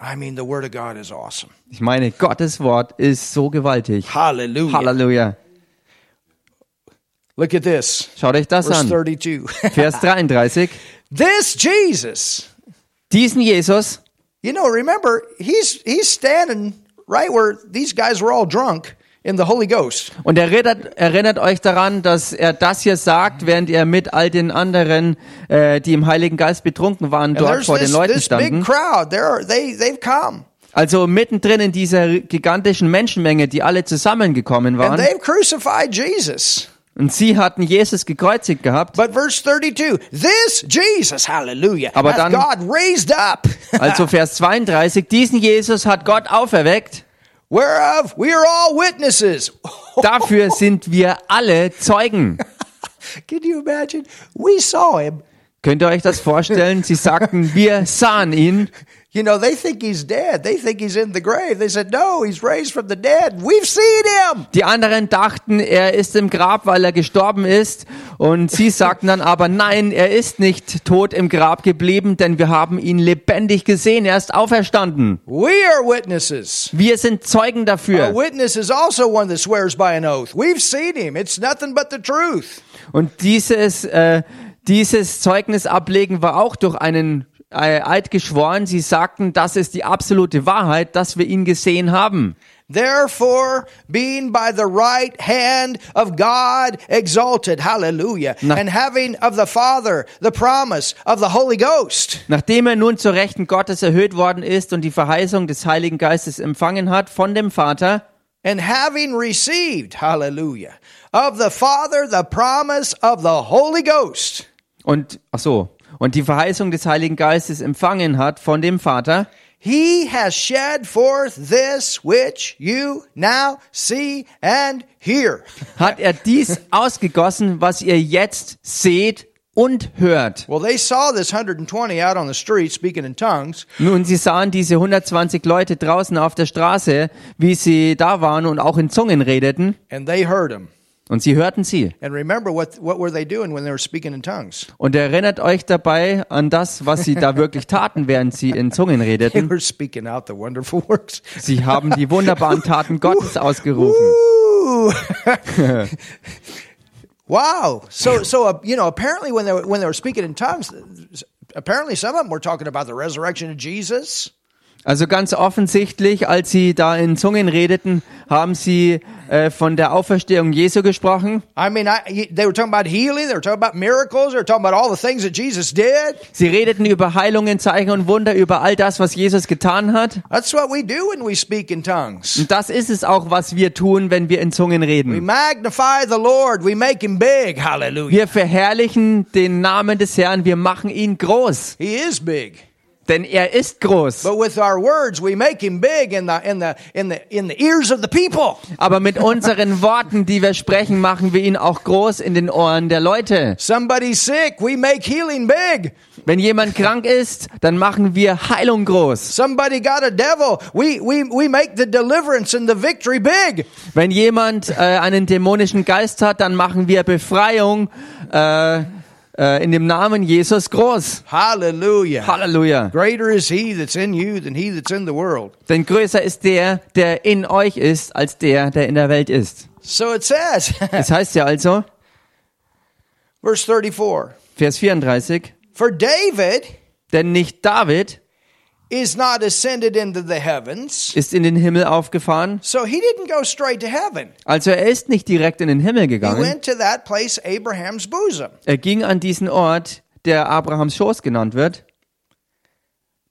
Speaker 1: I mean, the Word of God is awesome.
Speaker 2: Ich meine, Gottes Wort ist so gewaltig.
Speaker 1: Hallelujah.
Speaker 2: Halleluja.
Speaker 1: Look at this.
Speaker 2: Schaut euch das
Speaker 1: Verse [laughs]
Speaker 2: an.
Speaker 1: 32.
Speaker 2: Vers 33.
Speaker 1: this Jesus,
Speaker 2: Diesen Jesus
Speaker 1: you know, remember, he's, he's standing right where these guys were all drunk in the Holy Ghost.
Speaker 2: Und erinnert, erinnert euch daran, dass er das hier sagt, während er mit all den anderen, äh, die im Heiligen Geist betrunken waren,
Speaker 1: And
Speaker 2: dort vor den
Speaker 1: this,
Speaker 2: Leuten
Speaker 1: this big
Speaker 2: standen.
Speaker 1: crowd. There are, they, they've come.
Speaker 2: Also mittendrin in dieser gigantischen Menschenmenge, die alle zusammengekommen
Speaker 1: And
Speaker 2: waren.
Speaker 1: they've crucified Jesus.
Speaker 2: Und sie hatten Jesus gekreuzigt gehabt.
Speaker 1: But verse 32, this Jesus, hallelujah,
Speaker 2: Aber
Speaker 1: hath
Speaker 2: dann-
Speaker 1: God raised up, [laughs]
Speaker 2: Also Vers 32, diesen Jesus hat Gott auferweckt.
Speaker 1: whereof we are all witnesses.
Speaker 2: Dafür sind wir alle Zeugen.
Speaker 1: [laughs] Can you imagine? We saw him.
Speaker 2: Könnt ihr euch das vorstellen? Sie sagten, wir sahen ihn.
Speaker 1: You know, they think he's dead. They think he's in the grave. They said, no, he's raised from the dead. We've seen him.
Speaker 2: Die anderen dachten, er ist im Grab, weil er gestorben ist. Und sie sagten dann aber, nein, er ist nicht tot im Grab geblieben, denn wir haben ihn lebendig gesehen. Er ist auferstanden.
Speaker 1: We are witnesses.
Speaker 2: Wir sind Zeugen
Speaker 1: A
Speaker 2: dafür.
Speaker 1: witness is also one that swears by an oath. We've seen him. It's nothing but the truth.
Speaker 2: Und dieses, äh, dieses Zeugnis ablegen war auch durch einen äh, Eid geschworen. Sie sagten, das ist die absolute Wahrheit, dass wir ihn gesehen haben.
Speaker 1: Therefore, being by the right hand of God exalted, hallelujah,
Speaker 2: Na-
Speaker 1: and having of the Father the promise of the Holy Ghost,
Speaker 2: Nachdem er nun zur Rechten Gottes erhöht worden ist und die Verheißung des Heiligen Geistes empfangen hat von dem Vater,
Speaker 1: and having received, hallelujah, of the Father the promise of the Holy Ghost,
Speaker 2: Und ach so, und die Verheißung des Heiligen Geistes empfangen hat von dem Vater,
Speaker 1: he has shed forth this which you now see and hear.
Speaker 2: hat er dies ausgegossen, was ihr jetzt seht und hört.
Speaker 1: Well, they saw this 120 out on the street speaking in tongues.
Speaker 2: Nun, sie sahen diese 120 Leute draußen auf der Straße, wie sie da waren und auch in Zungen redeten,
Speaker 1: and they heard him.
Speaker 2: Und sie hörten sie.
Speaker 1: And remember what what were they doing when they were speaking in tongues?
Speaker 2: Und erinnert euch dabei an das, was sie da wirklich taten, während sie in Zungen
Speaker 1: They
Speaker 2: redeten.
Speaker 1: were speaking out the wonderful [laughs] works.
Speaker 2: Sie haben die wunderbaren Taten Gottes ausgerufen.
Speaker 1: Ooh. wow. So so uh, you know apparently when they were, when they were speaking in tongues apparently some of them were talking about the resurrection of Jesus.
Speaker 2: Also ganz offensichtlich, als sie da in Zungen redeten, haben sie äh, von der Auferstehung Jesu gesprochen.
Speaker 1: I mean, I, they were talking about healing. They were talking about miracles. They were talking about all the things that Jesus did.
Speaker 2: Sie redeten über Heilungen, Zeichen und Wunder, über all das, was Jesus getan hat.
Speaker 1: That's what we do when we speak in tongues.
Speaker 2: Und das ist es auch, was wir tun, wenn wir in Zungen
Speaker 1: We
Speaker 2: reden.
Speaker 1: magnify the Lord. We make him big. Hallelujah.
Speaker 2: Wir verherrlichen den Namen des Herrn, wir machen ihn groß,
Speaker 1: He is big.
Speaker 2: denn er ist groß.
Speaker 1: But with our words, we make him big in the, in the, in the, in the ears of the people.
Speaker 2: Aber mit unseren Worten, die wir sprechen, machen wir ihn auch groß in den Ohren der Leute.
Speaker 1: Somebody's sick. We make healing big.
Speaker 2: Wenn jemand krank ist, dann machen wir Heilung groß.
Speaker 1: Somebody got a devil. We, we, we make the deliverance and the victory big.
Speaker 2: Wenn jemand äh, einen dämonischen Geist hat, dann machen wir Befreiung äh, äh, in dem Namen Jesus groß.
Speaker 1: Hallelujah.
Speaker 2: Halleluja.
Speaker 1: Greater is he that's in you than he that's in the world.
Speaker 2: Denn größer ist der, der in euch ist, als der, der in der Welt ist.
Speaker 1: So it says, [laughs]
Speaker 2: Das heißt ja also,
Speaker 1: verse 34.
Speaker 2: Vers 34,
Speaker 1: For David
Speaker 2: denn nicht David
Speaker 1: is not ascended into the heavens.
Speaker 2: ist in den Himmel aufgefahren,
Speaker 1: So he didn't go straight to heaven.
Speaker 2: also er ist nicht direkt in den Himmel
Speaker 1: He
Speaker 2: gegangen.
Speaker 1: went to that place, Abraham's bosom.
Speaker 2: Er ging an diesen Ort, der Abrahams Schoß genannt wird.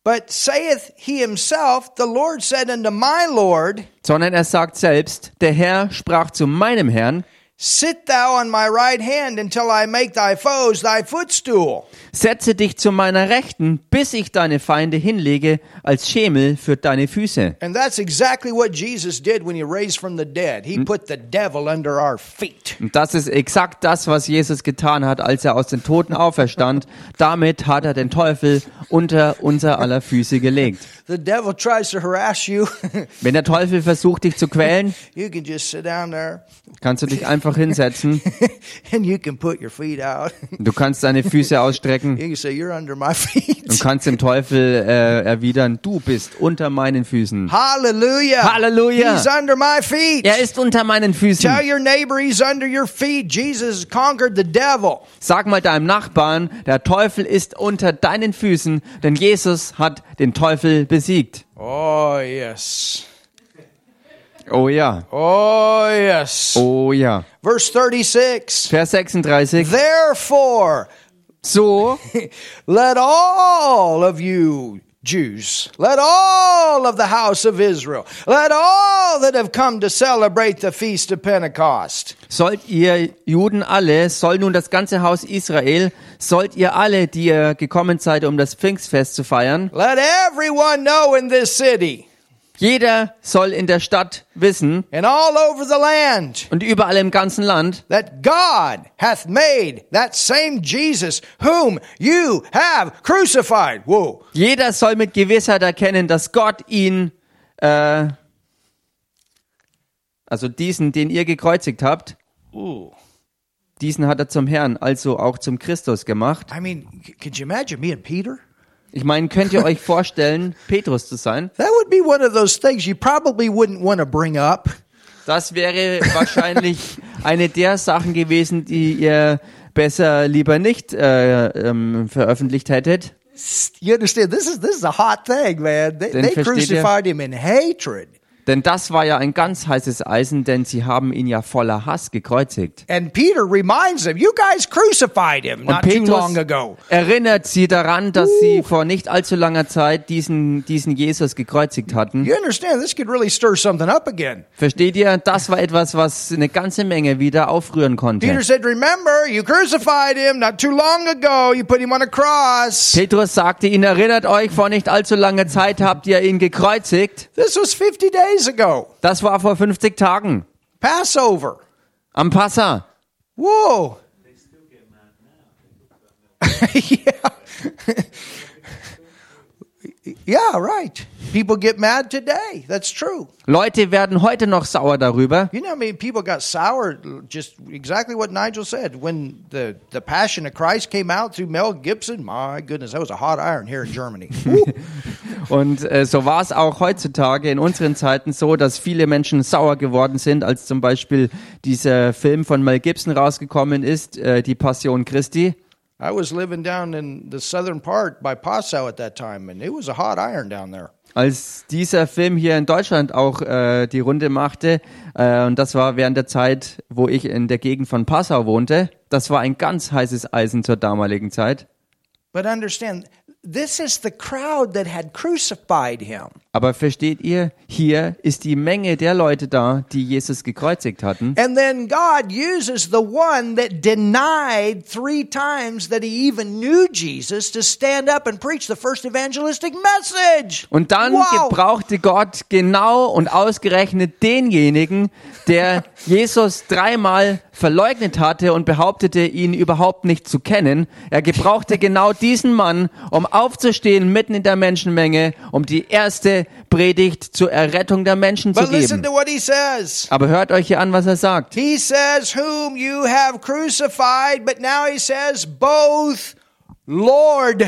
Speaker 1: But saith he himself, The Lord said unto my Lord,
Speaker 2: Sondern er sagt selbst, der Herr sprach zu meinem Herrn,
Speaker 1: Sit thou on my right hand until I make thy foes thy footstool.
Speaker 2: Setze dich zu meiner Rechten, bis ich deine Feinde hinlege als Schemel für deine Füße.
Speaker 1: And that's exactly what Jesus did when he raised from the dead.
Speaker 2: Hmm?
Speaker 1: He put the devil under our feet.
Speaker 2: Und das ist exakt das, was Jesus getan hat, als er aus den Toten auferstand. Damit hat er den Teufel unter unser aller Füße gelegt.
Speaker 1: The devil tries to harass you. [laughs]
Speaker 2: Wenn der Teufel versucht, dich zu quälen,
Speaker 1: you can just sit down there [laughs]
Speaker 2: kannst du dich einfach hinsetzen.
Speaker 1: and you can put your feet out. [laughs]
Speaker 2: Du kannst deine Füße ausstrecken
Speaker 1: You can say, You're under my [laughs] feet.
Speaker 2: und kannst dem Teufel äh, erwidern, du bist unter meinen Füßen.
Speaker 1: Hallelujah.
Speaker 2: Hallelujah.
Speaker 1: He's under my feet.
Speaker 2: Er ist unter meinen Füßen.
Speaker 1: Tell your neighbor he's under your feet. Jesus conquered the devil.
Speaker 2: Sag mal deinem Nachbarn, der Teufel ist unter deinen Füßen, denn Jesus hat den Teufel besiegt.
Speaker 1: Oh, yes.
Speaker 2: Oh ja,
Speaker 1: Oh, yes.
Speaker 2: oh ja.
Speaker 1: Verse 36.
Speaker 2: Vers 36.
Speaker 1: Therefore, [laughs]
Speaker 2: So,
Speaker 1: let all of you Jews, let all of the house of Israel, let all that have come to celebrate the feast of Pentecost.
Speaker 2: sollt ihr Juden alle, soll nun das ganze Haus Israel, sollt ihr alle, die ihr gekommen seid, um das Pfingstfest zu feiern,
Speaker 1: Let everyone know in this city
Speaker 2: jeder soll in der Stadt wissen
Speaker 1: and all over the land
Speaker 2: und überall im ganzen Land,
Speaker 1: that God hath made that same Jesus whom you have crucified. Whoa.
Speaker 2: jeder soll mit Gewissheit erkennen, dass Gott ihn, äh, also diesen, den ihr gekreuzigt habt,
Speaker 1: Ooh.
Speaker 2: Diesen hat er zum Herrn, also auch zum Christus gemacht.
Speaker 1: I mean, c- could you imagine being Peter?
Speaker 2: Ich meine, könnt ihr euch vorstellen, Petrus zu sein?
Speaker 1: That would be one of those things you probably wouldn't want to bring up.
Speaker 2: Das wäre wahrscheinlich eine der Sachen gewesen, die ihr besser lieber nicht äh, ähm, veröffentlicht hättet.
Speaker 1: You understand? This is this is a hot thing, man. They,
Speaker 2: Then
Speaker 1: they
Speaker 2: versteht ihr?
Speaker 1: crucified him in hatred.
Speaker 2: Denn das war ja ein ganz heißes Eisen, denn sie haben ihn ja voller Hass gekreuzigt.
Speaker 1: And Peter reminds them, you guys crucified him
Speaker 2: Und
Speaker 1: not too
Speaker 2: Petrus
Speaker 1: long ago.
Speaker 2: erinnert sie daran, dass sie vor nicht allzu langer Zeit diesen, diesen Jesus gekreuzigt hatten.
Speaker 1: You understand? This could really stir something up again.
Speaker 2: Versteht ihr? Das war etwas, was eine ganze Menge wieder aufrühren konnte.
Speaker 1: Peter said, Remember, you crucified him not too long ago. You put him on a cross.
Speaker 2: Petrus sagte ihn, erinnert euch, vor nicht allzu langer Zeit habt ihr ihn gekreuzigt.
Speaker 1: This was 50 days ago.
Speaker 2: Das war vor 50 Tagen.
Speaker 1: Passover.
Speaker 2: Am Passa.
Speaker 1: Whoa. [laughs] yeah. Yeah, right. People get mad today. That's true.
Speaker 2: Leute werden heute noch sauer darüber.
Speaker 1: You know how many people got sour? Just exactly what Nigel said. When the, the Passion of Christ came out through Mel Gibson, my goodness, that was a hot iron here in Germany. Woo.
Speaker 2: Und äh, so war es auch heutzutage in unseren Zeiten so, dass viele Menschen sauer geworden sind, als zum Beispiel dieser Film von Mel Gibson rausgekommen ist, äh, Die Passion Christi.
Speaker 1: I was living down in the southern part by Passau at that time, and it was a hot iron down there.
Speaker 2: Als dieser Film hier in Deutschland auch äh, die Runde machte, äh, und das war während der Zeit, wo ich in der Gegend von Passau wohnte, das war ein ganz heißes Eisen zur damaligen Zeit.
Speaker 1: But understand, this is the crowd that had crucified him.
Speaker 2: Aber versteht ihr, hier ist die Menge der Leute da, die Jesus gekreuzigt hatten.
Speaker 1: And then God uses the one that denied three times that he even knew Jesus to stand up and preach the first evangelistic message.
Speaker 2: Und dann
Speaker 1: Wow.
Speaker 2: gebrauchte Gott genau und ausgerechnet denjenigen,
Speaker 1: [laughs]
Speaker 2: der Jesus dreimal verleugnet hatte und behauptete, ihn überhaupt nicht zu kennen. Er gebrauchte genau diesen Mann, um aufzustehen mitten in der Menschenmenge, um die erste Predigt zur Errettung der Menschen zu
Speaker 1: But listen
Speaker 2: geben.
Speaker 1: to what he says.
Speaker 2: Aber hört euch hier an, was er sagt.
Speaker 1: He says, Whom you have crucified, but now he says, Both Lord.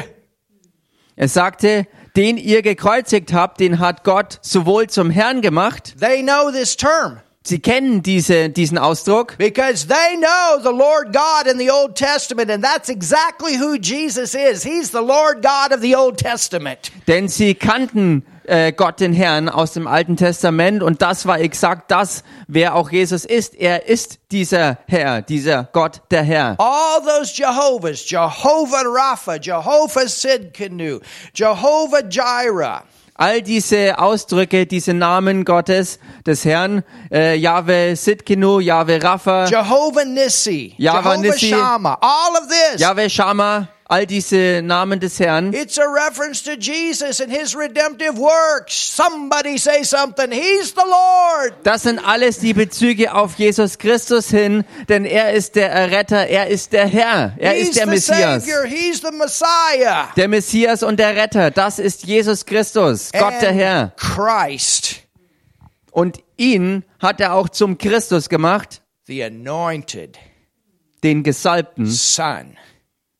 Speaker 2: Er sagte, den ihr gekreuzigt habt, den hat Gott sowohl zum Herrn gemacht.
Speaker 1: They know this term
Speaker 2: Sie kennen diese, diesen Ausdruck.
Speaker 1: because they know the Lord God in the Old Testament, and that's exactly who Jesus is. He's the Lord God of the Old Testament.
Speaker 2: Denn sie kannten äh, Gott den Herrn aus dem Alten Testament und das war exakt das, wer auch Jesus ist. Er ist dieser Herr, dieser Gott der Herr.
Speaker 1: All those Jehovahs, Jehovah Rapha, Jehovah Sidkenu, Jehovah Jireh,
Speaker 2: All diese Ausdrücke, diese Namen Gottes des Herrn, äh, Jahwe Sitkinu, Jahwe Rapha,
Speaker 1: Jehovah Nissi,
Speaker 2: Jehovah
Speaker 1: Jehovah
Speaker 2: Nissi.
Speaker 1: Shammah, all of this.
Speaker 2: Jahwe Shama, all diese Namen des Herrn.
Speaker 1: It's a reference to Jesus and his redemptive works. Somebody say something. He's the Lord.
Speaker 2: Das sind alles die Bezüge auf Jesus Christus hin, denn er ist der Erretter, er ist der Herr, er
Speaker 1: He's
Speaker 2: ist der
Speaker 1: the
Speaker 2: Messias.
Speaker 1: Savior. He's the Messiah.
Speaker 2: Der Messias und der Retter, das ist Jesus Christus, Gott der
Speaker 1: And
Speaker 2: Herr.
Speaker 1: Christ,
Speaker 2: Und ihn hat er auch zum Christus gemacht,
Speaker 1: the anointed
Speaker 2: den gesalbten
Speaker 1: Son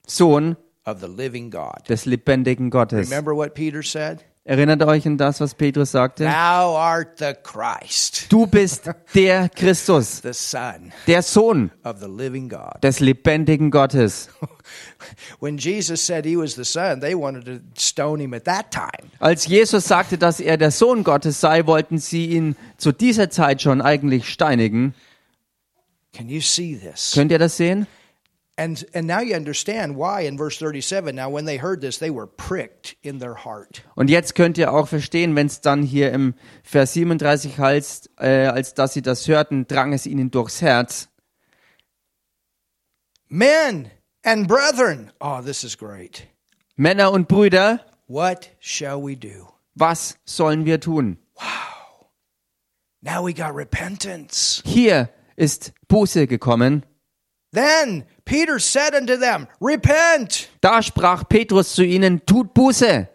Speaker 2: Sohn
Speaker 1: of the living God.
Speaker 2: des lebendigen Gottes.
Speaker 1: Remember what Peter said?
Speaker 2: Erinnert euch an das, was Petrus sagte?
Speaker 1: Thou art the Christ,
Speaker 2: Du bist der Christus,
Speaker 1: the Son
Speaker 2: der Sohn
Speaker 1: of the living God. [laughs]
Speaker 2: des lebendigen Gottes.
Speaker 1: When Jesus said he was the Son, they wanted to stone him at that time.
Speaker 2: Als Jesus sagte, dass er der Sohn Gottes sei, wollten sie ihn zu dieser Zeit schon eigentlich steinigen.
Speaker 1: Can you see this?
Speaker 2: Könnt ihr das sehen?
Speaker 1: And and now you understand why in verse 37 now when they heard this they were pricked in their heart.
Speaker 2: Und jetzt könnt ihr auch verstehen, wenn es dann hier im Vers 37 heißt, äh, als dass sie das hörten, drang es ihnen durchs Herz.
Speaker 1: Men and brethren, oh this is great.
Speaker 2: Männer und Brüder,
Speaker 1: What shall we do?
Speaker 2: was sollen wir tun?
Speaker 1: Now we got repentance.
Speaker 2: Hier ist Buße gekommen.
Speaker 1: Then Peter said unto them, repent,
Speaker 2: Da sprach Petrus zu ihnen, tut Buße,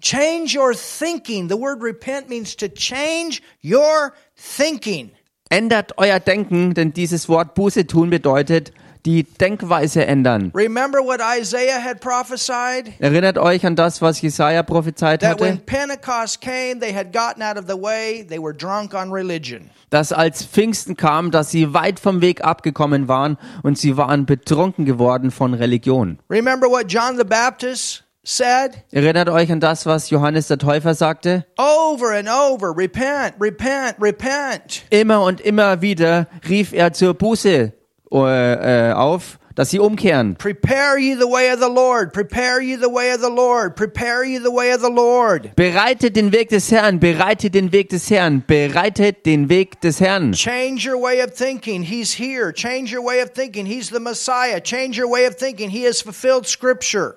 Speaker 1: change your thinking. The word repent means to change your thinking.
Speaker 2: ändert euer Denken, denn dieses Wort Buße tun bedeutet, die Denkweise ändern.
Speaker 1: Remember what Isaiah had prophesied?
Speaker 2: Erinnert euch an das, was Jesaja prophezeit
Speaker 1: That when
Speaker 2: hatte,
Speaker 1: Pentecost came, they had gotten out of the way, they were drunk on religion.
Speaker 2: dass als Pfingsten kam, dass sie weit vom Weg abgekommen waren und sie waren betrunken geworden von Religion.
Speaker 1: Remember what John the Baptist said?
Speaker 2: Erinnert euch an das, was Johannes der Täufer sagte?
Speaker 1: Over and over, repent, repent, repent.
Speaker 2: Immer und immer wieder rief er zur Buße äh, äh, auf, dass sie umkehren.
Speaker 1: Prepare you the way of the Lord, prepare you the way of the Lord, prepare you the way of the Lord.
Speaker 2: Bereitet den Weg des Herrn, bereitet den Weg des Herrn, bereitet den Weg des Herrn.
Speaker 1: Change your way of thinking. He's here. Change your way of thinking. He's the Messiah. Change your way of thinking. He has fulfilled Scripture.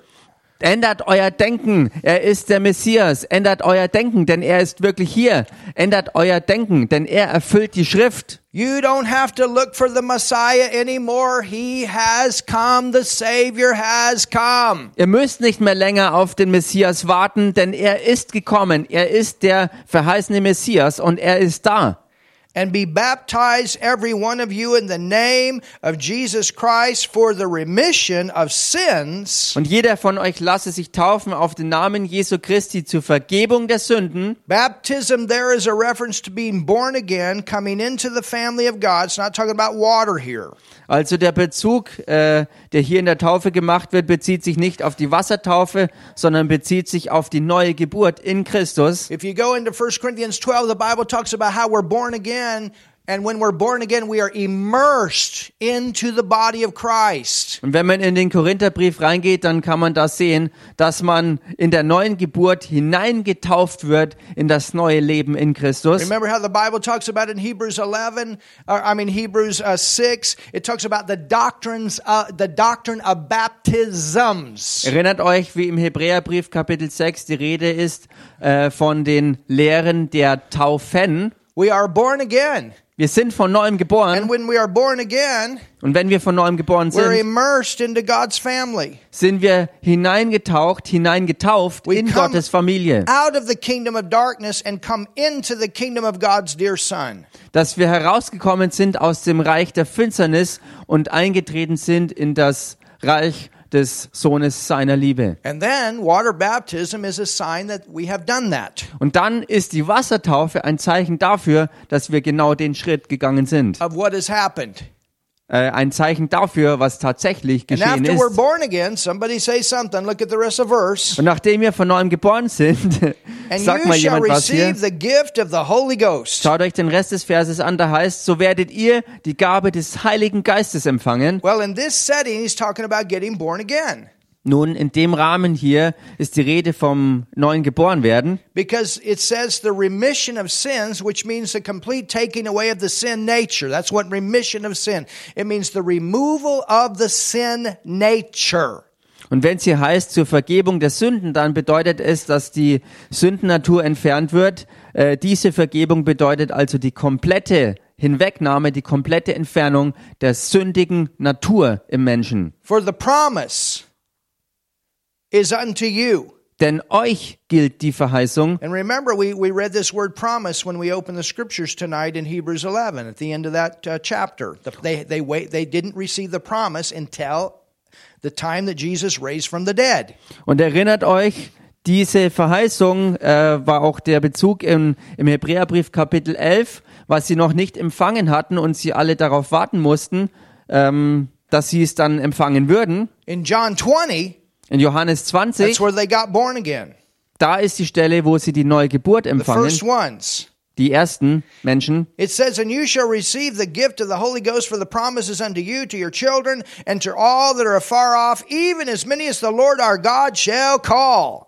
Speaker 2: Ändert euer Denken. Er ist der Messias. Ändert euer Denken, denn er ist wirklich hier. Ändert euer Denken, denn er erfüllt die Schrift.
Speaker 1: You don't have to look for the Messiah anymore. He has come. The Savior has come.
Speaker 2: Ihr müsst nicht mehr länger auf den Messias warten, denn er ist gekommen. Er ist der verheißene Messias und er ist da.
Speaker 1: And be baptized, every one of you, in the name of Jesus Christ for the remission of sins.
Speaker 2: Und jeder von euch lasse sich taufen auf den Namen Jesu Christi zur Vergebung der Sünden.
Speaker 1: Baptism, there is a reference to being born again, coming into the family of God. It's not talking about water here.
Speaker 2: Also der Bezug, äh, der hier in der Taufe gemacht wird, bezieht sich nicht auf die Wassertaufe, sondern bezieht sich auf die neue Geburt in Christus.
Speaker 1: If you go into 1 Corinthians 12, the Bible talks about how we're born again. And when we're born again, we are immersed into the body of Christ.
Speaker 2: Und wenn man in den Korintherbrief reingeht, dann kann man das sehen, dass man in der neuen Geburt hineingetauft wird in das neue Leben in Christus.
Speaker 1: Remember how the Bible talks about in Hebrews 11, or I mean Hebrews uh, 6, it talks about the doctrines, uh, the doctrine of baptisms.
Speaker 2: Erinnert euch, wie im Hebräerbrief Kapitel 6 die Rede ist äh, von den Lehren der Taufen.
Speaker 1: We are born again.
Speaker 2: Wir sind von neuem
Speaker 1: And
Speaker 2: geboren
Speaker 1: when we are born again,
Speaker 2: und wenn wir von neuem geboren
Speaker 1: we're
Speaker 2: sind,
Speaker 1: immersed into God's family,
Speaker 2: sind wir hineingetaucht, hineingetauft in
Speaker 1: come-
Speaker 2: Gottes Familie,
Speaker 1: out of the kingdom of darkness and come into the kingdom of God's dear Son.
Speaker 2: dass wir herausgekommen sind aus dem Reich der Finsternis und eingetreten sind in das Reich des Sohnes seiner Liebe.
Speaker 1: And then water baptism is a sign that we have done that,
Speaker 2: Und dann ist die Wassertaufe ein Zeichen dafür, dass wir genau den Schritt gegangen sind.
Speaker 1: of what has happened.
Speaker 2: Äh, ein Zeichen dafür, was tatsächlich
Speaker 1: And
Speaker 2: geschehen
Speaker 1: after we're
Speaker 2: ist.
Speaker 1: born again, somebody say something. Look at the rest of verse.
Speaker 2: Und nachdem wir von neuem geboren sind, [laughs]
Speaker 1: And
Speaker 2: sagt
Speaker 1: you
Speaker 2: mal
Speaker 1: shall
Speaker 2: jemand was hier.
Speaker 1: receive the gift of the Holy Ghost.
Speaker 2: Schaut euch den Rest des Verses an, da heißt, so werdet ihr die Gabe des Heiligen Geistes empfangen.
Speaker 1: Well, in this setting, he's talking about getting born again
Speaker 2: Nun, in dem Rahmen hier ist die Rede vom neuen Geborenwerden,
Speaker 1: because it says the remission of sins, which means the complete taking away of the sin nature. That's what remission of sin. It means the removal of the sin nature.
Speaker 2: Und wenn es hier heißt, zur Vergebung der Sünden, dann bedeutet es, dass die Sündennatur entfernt wird. Äh, diese Vergebung bedeutet also die komplette Hinwegnahme, die komplette Entfernung der sündigen Natur im Menschen.
Speaker 1: For the promise is unto you.
Speaker 2: Denn euch gilt die Verheißung.
Speaker 1: And remember, we, we read this word promise when we opened the scriptures tonight in Hebrews 11 at the end of that uh, chapter. The- They, they, wait, they didn't receive the promise until the time that Jesus raised from the dead.
Speaker 2: Und erinnert euch, diese Verheißung äh, war auch der Bezug im, im Hebräerbrief Kapitel 11, was sie noch nicht empfangen hatten und sie alle darauf warten mussten, ähm, dass sie es dann empfangen würden.
Speaker 1: In John 20,
Speaker 2: In Johannes 20
Speaker 1: that's where they got born again.
Speaker 2: Da ist die Stelle, wo sie die Neugeburt
Speaker 1: The first
Speaker 2: empfangen,
Speaker 1: ones.
Speaker 2: die ersten Menschen.
Speaker 1: It says, And you shall receive the gift of the Holy Ghost, for the promise is unto you, to your children, and to all that are afar off, even as many as the Lord our God shall call.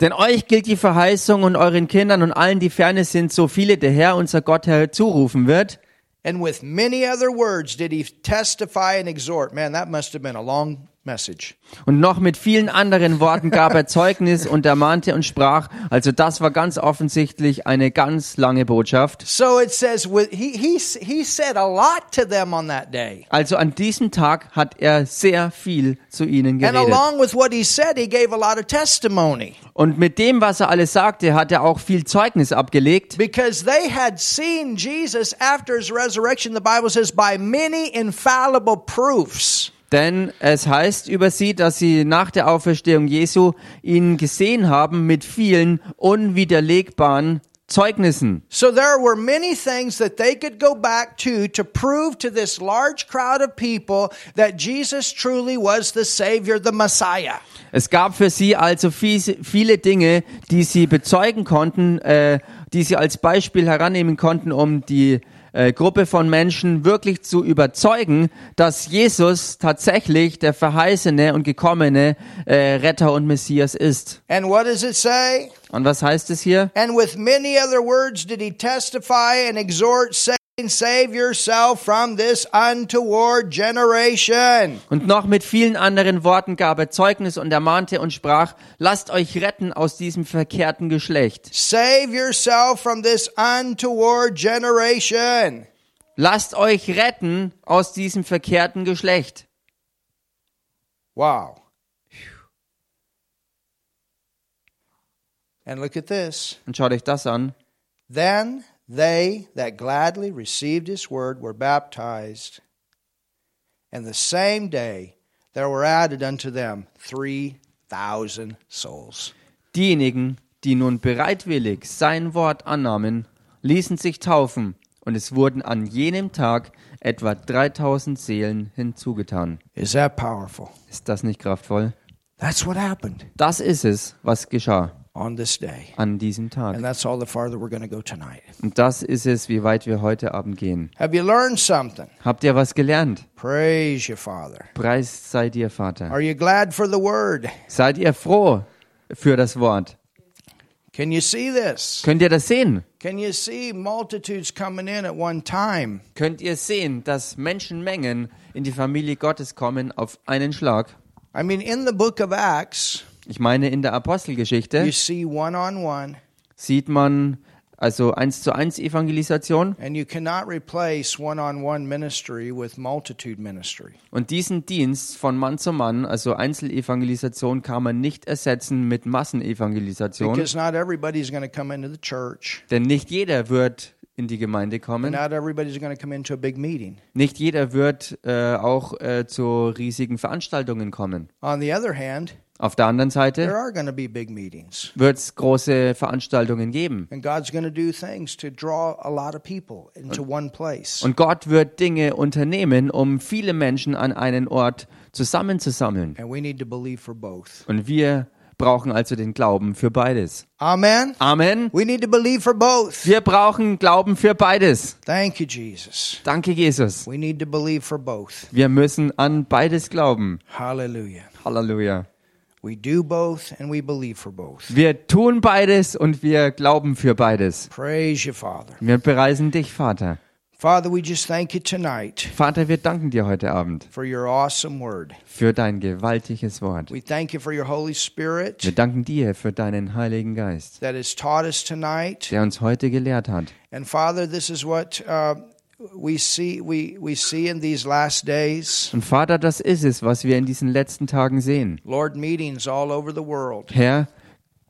Speaker 2: Denn euch gilt die Verheißung und euren Kindern und allen, die ferne sind, so viele der Herr, unser Gott, herzurufen wird.
Speaker 1: And with many other words did he testify and exhort. Man, that must have been a long message.
Speaker 2: Und noch mit vielen anderen Worten gab er Zeugnis und ermahnte und sprach. Also das war ganz offensichtlich eine ganz lange Botschaft.
Speaker 1: So it says, with- he, he, he said a lot to them on that day.
Speaker 2: Also an diesem Tag hat er sehr viel zu ihnen
Speaker 1: And
Speaker 2: geredet.
Speaker 1: along with what he said, he gave a lot of testimony
Speaker 2: Und mit dem, was er alles sagte, hat er auch viel Zeugnis abgelegt.
Speaker 1: because they had seen Jesus after his resurrection. The Bible says, by many infallible proofs.
Speaker 2: Denn es heißt über sie, dass sie nach der Auferstehung Jesu ihn gesehen haben mit vielen unwiderlegbaren Zeugnissen.
Speaker 1: So there were many things that they could go back to to prove to this large crowd of people that Jesus truly was the Savior, the Messiah.
Speaker 2: Es gab für sie also fies- viele Dinge, die sie bezeugen konnten, äh, die sie als Beispiel herannehmen konnten, um die äh, Gruppe von Menschen wirklich zu überzeugen, dass Jesus tatsächlich der verheißene und gekommene äh, Retter und Messias ist.
Speaker 1: And what does it say?
Speaker 2: Und was heißt es hier?
Speaker 1: And with many other words did he testify and exhort, saying, save yourself from this untoward generation.
Speaker 2: Und noch mit vielen anderen Worten gab er Zeugnis und ermahnte und sprach, lasst euch retten aus diesem verkehrten Geschlecht.
Speaker 1: Save yourself from this untoward generation.
Speaker 2: Lasst euch retten aus diesem verkehrten Geschlecht.
Speaker 1: Wow. And look at this.
Speaker 2: Und schaut euch das an.
Speaker 1: Then they that gladly received his word were baptized, and the same day there were added unto them 3,000 souls.
Speaker 2: Diejenigen, die nun bereitwillig sein Wort annahmen, ließen sich taufen, und es wurden an jenem Tag etwa 3000 Seelen hinzugetan.
Speaker 1: Is that powerful?
Speaker 2: Ist das nicht kraftvoll?
Speaker 1: That's what happened
Speaker 2: Das ist es, was geschah
Speaker 1: on this day.
Speaker 2: an diesem
Speaker 1: And
Speaker 2: Tag.
Speaker 1: that's all the farther we're going to go tonight.
Speaker 2: Und das ist es, wie weit wir heute Abend gehen.
Speaker 1: Have you learned something?
Speaker 2: Habt ihr was gelernt?
Speaker 1: Praise you, Father.
Speaker 2: Preis sei dir, Vater.
Speaker 1: Are you glad for the word?
Speaker 2: Seid ihr froh für das Wort?
Speaker 1: Can you see this?
Speaker 2: Könnt ihr das sehen?
Speaker 1: Can you see multitudes coming in at one time?
Speaker 2: Könnt ihr sehen, dass Menschenmengen in die Familie Gottes kommen auf einen Schlag?
Speaker 1: I mean, in the book of Acts,
Speaker 2: Ich meine, in der Apostelgeschichte
Speaker 1: you see one on one,
Speaker 2: sieht man also eins zu eins Evangelisation
Speaker 1: and you cannot replace one on one ministry with multitude ministry.
Speaker 2: und diesen Dienst von Mann zu Mann, also Einzelevangelisation, kann man nicht ersetzen mit Massenevangelisation,
Speaker 1: Because not everybody's going to come into the church,
Speaker 2: denn nicht jeder wird in die Gemeinde
Speaker 1: and
Speaker 2: kommen,
Speaker 1: not everybody's going to come into a big meeting.
Speaker 2: nicht jeder wird äh, auch äh, zu riesigen Veranstaltungen kommen.
Speaker 1: On the other hand,
Speaker 2: Auf der anderen
Speaker 1: there
Speaker 2: Seite
Speaker 1: are going to be big meetings,
Speaker 2: wird es große Veranstaltungen geben.
Speaker 1: and God's going to do things to draw a lot of people into one place.
Speaker 2: Und Gott wird Dinge unternehmen, um viele Menschen an einen Ort zusammenzusammeln.
Speaker 1: And we need to believe for both.
Speaker 2: Und wir brauchen also den Glauben für beides.
Speaker 1: Amen.
Speaker 2: Amen.
Speaker 1: We need to believe for both.
Speaker 2: Wir brauchen Glauben für beides.
Speaker 1: Thank you, Jesus.
Speaker 2: Danke, Jesus.
Speaker 1: We need to believe for both.
Speaker 2: Wir müssen an beides glauben.
Speaker 1: Hallelujah.
Speaker 2: Halleluja.
Speaker 1: We do both and we believe for both.
Speaker 2: Wir tun beides und wir glauben für beides.
Speaker 1: Praise you, Father.
Speaker 2: Wir preisen dich, Vater.
Speaker 1: Father, we just thank you tonight
Speaker 2: Vater, wir danken dir heute Abend
Speaker 1: for your awesome word.
Speaker 2: für dein gewaltiges Wort.
Speaker 1: We thank you for your Holy Spirit
Speaker 2: Wir danken dir für deinen Heiligen Geist,
Speaker 1: that has taught us tonight.
Speaker 2: der uns heute gelehrt hat.
Speaker 1: And Father, this is what uh, we see we, we see in these last days.
Speaker 2: Und Vater, das ist es, was wir in diesen letzten Tagen sehen.
Speaker 1: Lord, meetings all over the world
Speaker 2: Herr,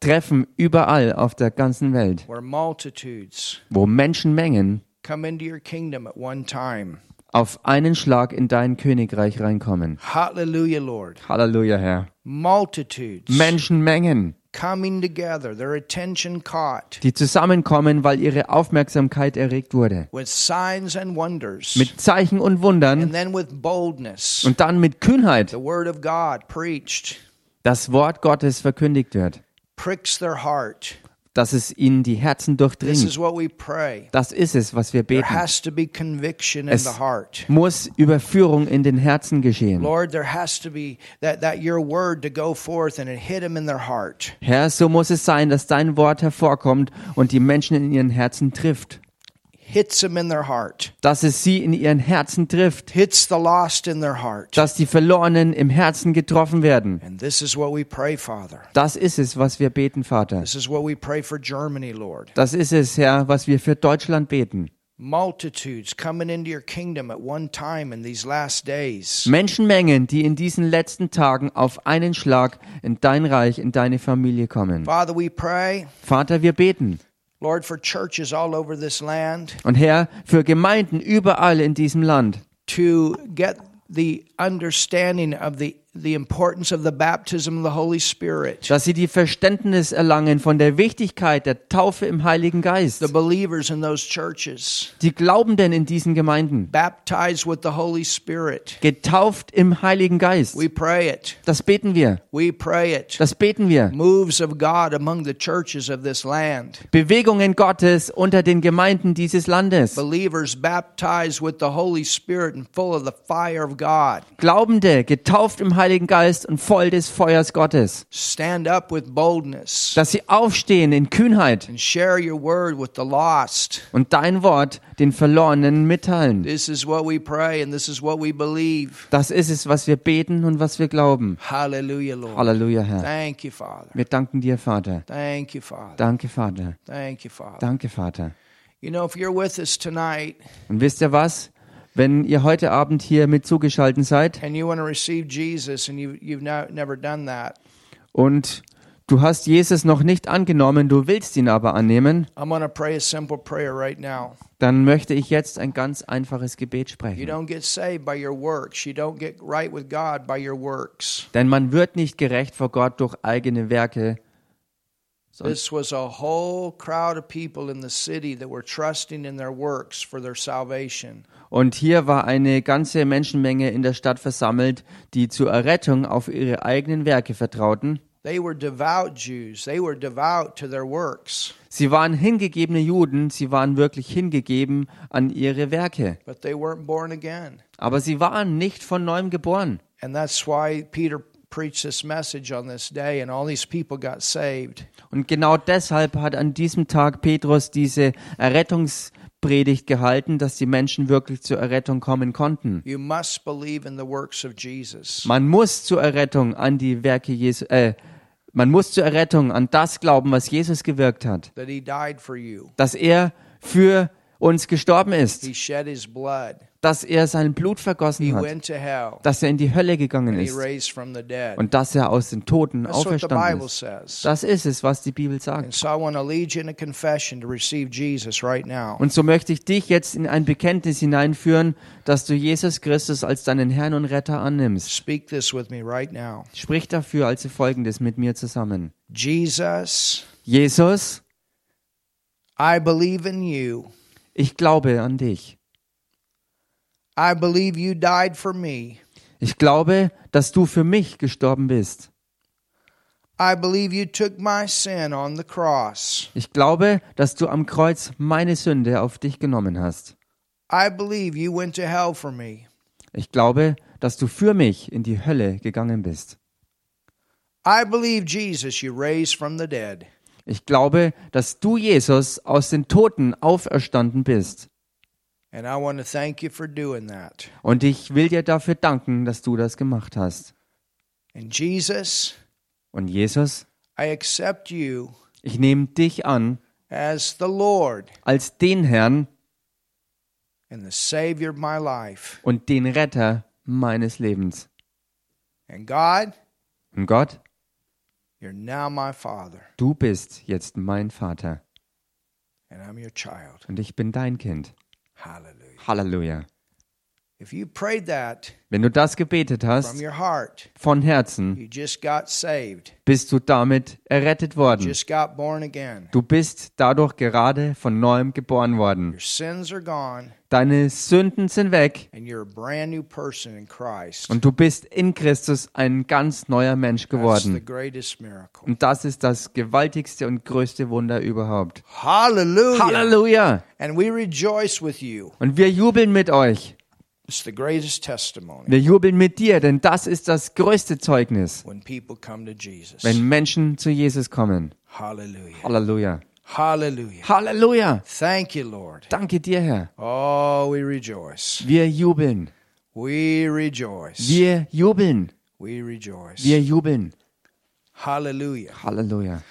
Speaker 2: Treffen überall auf der ganzen Welt,
Speaker 1: where multitudes
Speaker 2: wo Menschenmengen
Speaker 1: come into your kingdom at one time.
Speaker 2: auf einen Schlag in dein Königreich reinkommen.
Speaker 1: Hallelujah, Lord.
Speaker 2: Halleluja, Herr.
Speaker 1: Multitudes
Speaker 2: Menschenmengen,
Speaker 1: coming together, their attention caught
Speaker 2: die zusammenkommen, weil ihre Aufmerksamkeit erregt wurde.
Speaker 1: with signs and wonders.
Speaker 2: Mit Zeichen und
Speaker 1: and
Speaker 2: Wundern
Speaker 1: then with boldness
Speaker 2: und dann mit Kühnheit
Speaker 1: the word of god preached
Speaker 2: das Wort Gottes verkündigt wird,
Speaker 1: pricks their heart
Speaker 2: dass es ihnen die
Speaker 1: this
Speaker 2: Herzen durchdringt.
Speaker 1: is what we pray
Speaker 2: Das ist es, was wir
Speaker 1: there
Speaker 2: beten.
Speaker 1: has to be conviction in
Speaker 2: Es-
Speaker 1: the heart
Speaker 2: Muss Überführung in den Herzen geschehen.
Speaker 1: lord there has to be that, that your word to go forth and it hit them in their heart
Speaker 2: Herr, so muss es sein, dass dein Wort hervorkommt und die Menschen in ihren Herzen trifft.
Speaker 1: hits them in their heart
Speaker 2: Dass es sie in ihren Herzen trifft.
Speaker 1: hits the lost in their heart
Speaker 2: Dass die Verlorenen im Herzen getroffen werden.
Speaker 1: and this is what we pray father
Speaker 2: Das ist es, was wir beten, Vater.
Speaker 1: this is what we pray for germany lord
Speaker 2: Das ist es, Herr, was wir für Deutschland beten.
Speaker 1: multitudes coming into your kingdom at one time in these last days
Speaker 2: Mm. Menschenmengen, die in diesen letzten Tagen auf einen Schlag in dein Reich, in deine Familie kommen.
Speaker 1: father we pray
Speaker 2: Vater, wir beten.
Speaker 1: lord for churches all over this land
Speaker 2: Und Herr, für Gemeinden überall in diesem Land,
Speaker 1: to get the understanding of the, the importance of the baptism of the Holy Spirit.
Speaker 2: dass sie die Verständnis erlangen von der Wichtigkeit der Taufe im Heiligen
Speaker 1: The
Speaker 2: Geist.
Speaker 1: believers in those churches
Speaker 2: Die Glaubenden in diesen Gemeinden,
Speaker 1: baptized with the Holy Spirit.
Speaker 2: getauft im Heiligen Geist.
Speaker 1: We pray it.
Speaker 2: Das beten wir.
Speaker 1: We pray it.
Speaker 2: Das beten wir.
Speaker 1: Moves of God among the churches of this land.
Speaker 2: Bewegungen Gottes unter den Gemeinden dieses Landes.
Speaker 1: Believers baptized with the Holy Spirit and full of the fire of God.
Speaker 2: Glaubende, getauft im Heiligen Geist und voll des Feuers Gottes,
Speaker 1: Stand up with boldness
Speaker 2: dass sie aufstehen in Kühnheit
Speaker 1: and share your word with the lost.
Speaker 2: und dein Wort den Verlorenen mitteilen.
Speaker 1: This is what we pray and this is what we believe.
Speaker 2: Das ist es, was wir beten und was wir glauben.
Speaker 1: Hallelujah, Lord.
Speaker 2: Halleluja, Herr.
Speaker 1: Thank you, Father.
Speaker 2: Wir danken dir, Vater.
Speaker 1: Thank you, Father.
Speaker 2: Danke, Vater.
Speaker 1: Thank you, Father.
Speaker 2: Danke, Vater.
Speaker 1: You know, if you're with us tonight
Speaker 2: Und wisst ihr was? Wenn ihr heute Abend hier mit zugeschaltet seid
Speaker 1: and you want to receive Jesus and you, you've no, never done that,
Speaker 2: und du hast Jesus noch nicht angenommen, du willst ihn aber annehmen,
Speaker 1: I'm going to pray a simple prayer right now.
Speaker 2: dann möchte ich jetzt ein ganz einfaches Gebet
Speaker 1: You
Speaker 2: sprechen.
Speaker 1: don't get saved by your works. You don't get right with God by your works.
Speaker 2: Denn man wird nicht gerecht vor Gott durch eigene Werke.
Speaker 1: This was a whole crowd of people in the city that were trusting in their works for their salvation.
Speaker 2: Und hier war eine ganze Menschenmenge in der Stadt versammelt, die zur Errettung auf ihre eigenen Werke vertrauten.
Speaker 1: They were devout Jews. They were devout to their works,
Speaker 2: Sie waren hingegebene Juden, sie waren wirklich hingegeben an ihre Werke.
Speaker 1: but they weren't born again.
Speaker 2: Aber sie waren nicht von neuem geboren.
Speaker 1: And that's why Peter preached this message on this day, and all these people got saved.
Speaker 2: Und genau deshalb hat an diesem Tag Petrus diese Errettungspredigt gehalten, dass die Menschen wirklich zur Errettung kommen konnten.
Speaker 1: You must believe in the works of Jesus.
Speaker 2: Man muss zur Errettung an die Werke Jesu, äh, man muss zur Errettung an das glauben, was Jesus gewirkt hat,
Speaker 1: that he died for you.
Speaker 2: dass er für uns gestorben ist,
Speaker 1: He shed his blood.
Speaker 2: dass er sein Blut
Speaker 1: He
Speaker 2: vergossen hat,
Speaker 1: went to hell.
Speaker 2: dass er in die Hölle gegangen
Speaker 1: He
Speaker 2: ist
Speaker 1: raised from the dead.
Speaker 2: und dass er aus den Toten
Speaker 1: That's what the
Speaker 2: auferstanden
Speaker 1: Bible
Speaker 2: ist.
Speaker 1: says.
Speaker 2: Das ist es, was die Bibel
Speaker 1: And
Speaker 2: sagt.
Speaker 1: so I want to lead you in a confession to receive Jesus right now.
Speaker 2: Und so möchte ich dich jetzt in ein Bekenntnis hineinführen, dass du Jesus Christus als deinen Herrn und Retter annimmst.
Speaker 1: Speak this with me right now.
Speaker 2: Sprich dafür also folgendes mit mir zusammen.
Speaker 1: Jesus,
Speaker 2: Jesus,
Speaker 1: I believe in you.
Speaker 2: ich glaube an dich.
Speaker 1: I believe you died for me.
Speaker 2: Ich glaube, dass du für mich gestorben bist.
Speaker 1: I believe you took my sin on the cross.
Speaker 2: Ich glaube, dass du am Kreuz meine Sünde auf dich genommen hast.
Speaker 1: I believe you went to hell for me.
Speaker 2: Ich glaube, dass du für mich in die Hölle gegangen bist.
Speaker 1: I believe Jesus you raised from the dead.
Speaker 2: Ich glaube, dass du, Jesus, aus den Toten auferstanden bist.
Speaker 1: And I want to thank you for doing that.
Speaker 2: Und ich will dir dafür danken, dass du das gemacht hast.
Speaker 1: And Jesus,
Speaker 2: Und Jesus,
Speaker 1: I accept you
Speaker 2: ich nehme dich an
Speaker 1: as the Lord
Speaker 2: als den Herrn
Speaker 1: and the Savior of my life.
Speaker 2: und den Retter meines Lebens.
Speaker 1: And God,
Speaker 2: Und Gott,
Speaker 1: you're now my Father,
Speaker 2: du bist jetzt mein Vater
Speaker 1: and I'm your child.
Speaker 2: und ich bin dein Kind.
Speaker 1: Hallelujah.
Speaker 2: Halleluja.
Speaker 1: If you prayed that
Speaker 2: Wenn du das gebetet
Speaker 1: from
Speaker 2: hast,
Speaker 1: your heart,
Speaker 2: von Herzen,
Speaker 1: you just got saved,
Speaker 2: bist du damit errettet worden.
Speaker 1: just got born again.
Speaker 2: Du bist dadurch gerade von neuem geboren worden.
Speaker 1: Your sins are gone,
Speaker 2: Deine Sünden sind weg
Speaker 1: and you're a brand new person in Christ.
Speaker 2: und du bist in Christus ein ganz neuer Mensch
Speaker 1: That's the
Speaker 2: geworden.
Speaker 1: greatest miracle.
Speaker 2: Und das ist das gewaltigste und größte Wunder überhaupt.
Speaker 1: Hallelujah.
Speaker 2: Halleluja!
Speaker 1: And we rejoice with you.
Speaker 2: Und wir jubeln mit euch.
Speaker 1: It's the greatest testimony
Speaker 2: Wir jubeln mit dir, denn das ist das größte Zeugnis,
Speaker 1: when people come to Jesus.
Speaker 2: wenn Menschen zu Jesus kommen.
Speaker 1: Hallelujah.
Speaker 2: Halleluja.
Speaker 1: Hallelujah.
Speaker 2: Halleluja.
Speaker 1: Thank you, Lord.
Speaker 2: Danke dir, Herr.
Speaker 1: Oh, we rejoice.
Speaker 2: Wir jubeln.
Speaker 1: We rejoice.
Speaker 2: Wir jubeln.
Speaker 1: We rejoice.
Speaker 2: Wir jubeln.
Speaker 1: Hallelujah.
Speaker 2: Halleluja.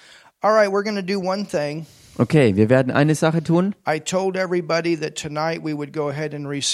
Speaker 1: All right, we're going to do one thing.
Speaker 2: Okay, wir werden eine Sache tun.
Speaker 1: I told everybody that tonight we would go ahead and receive.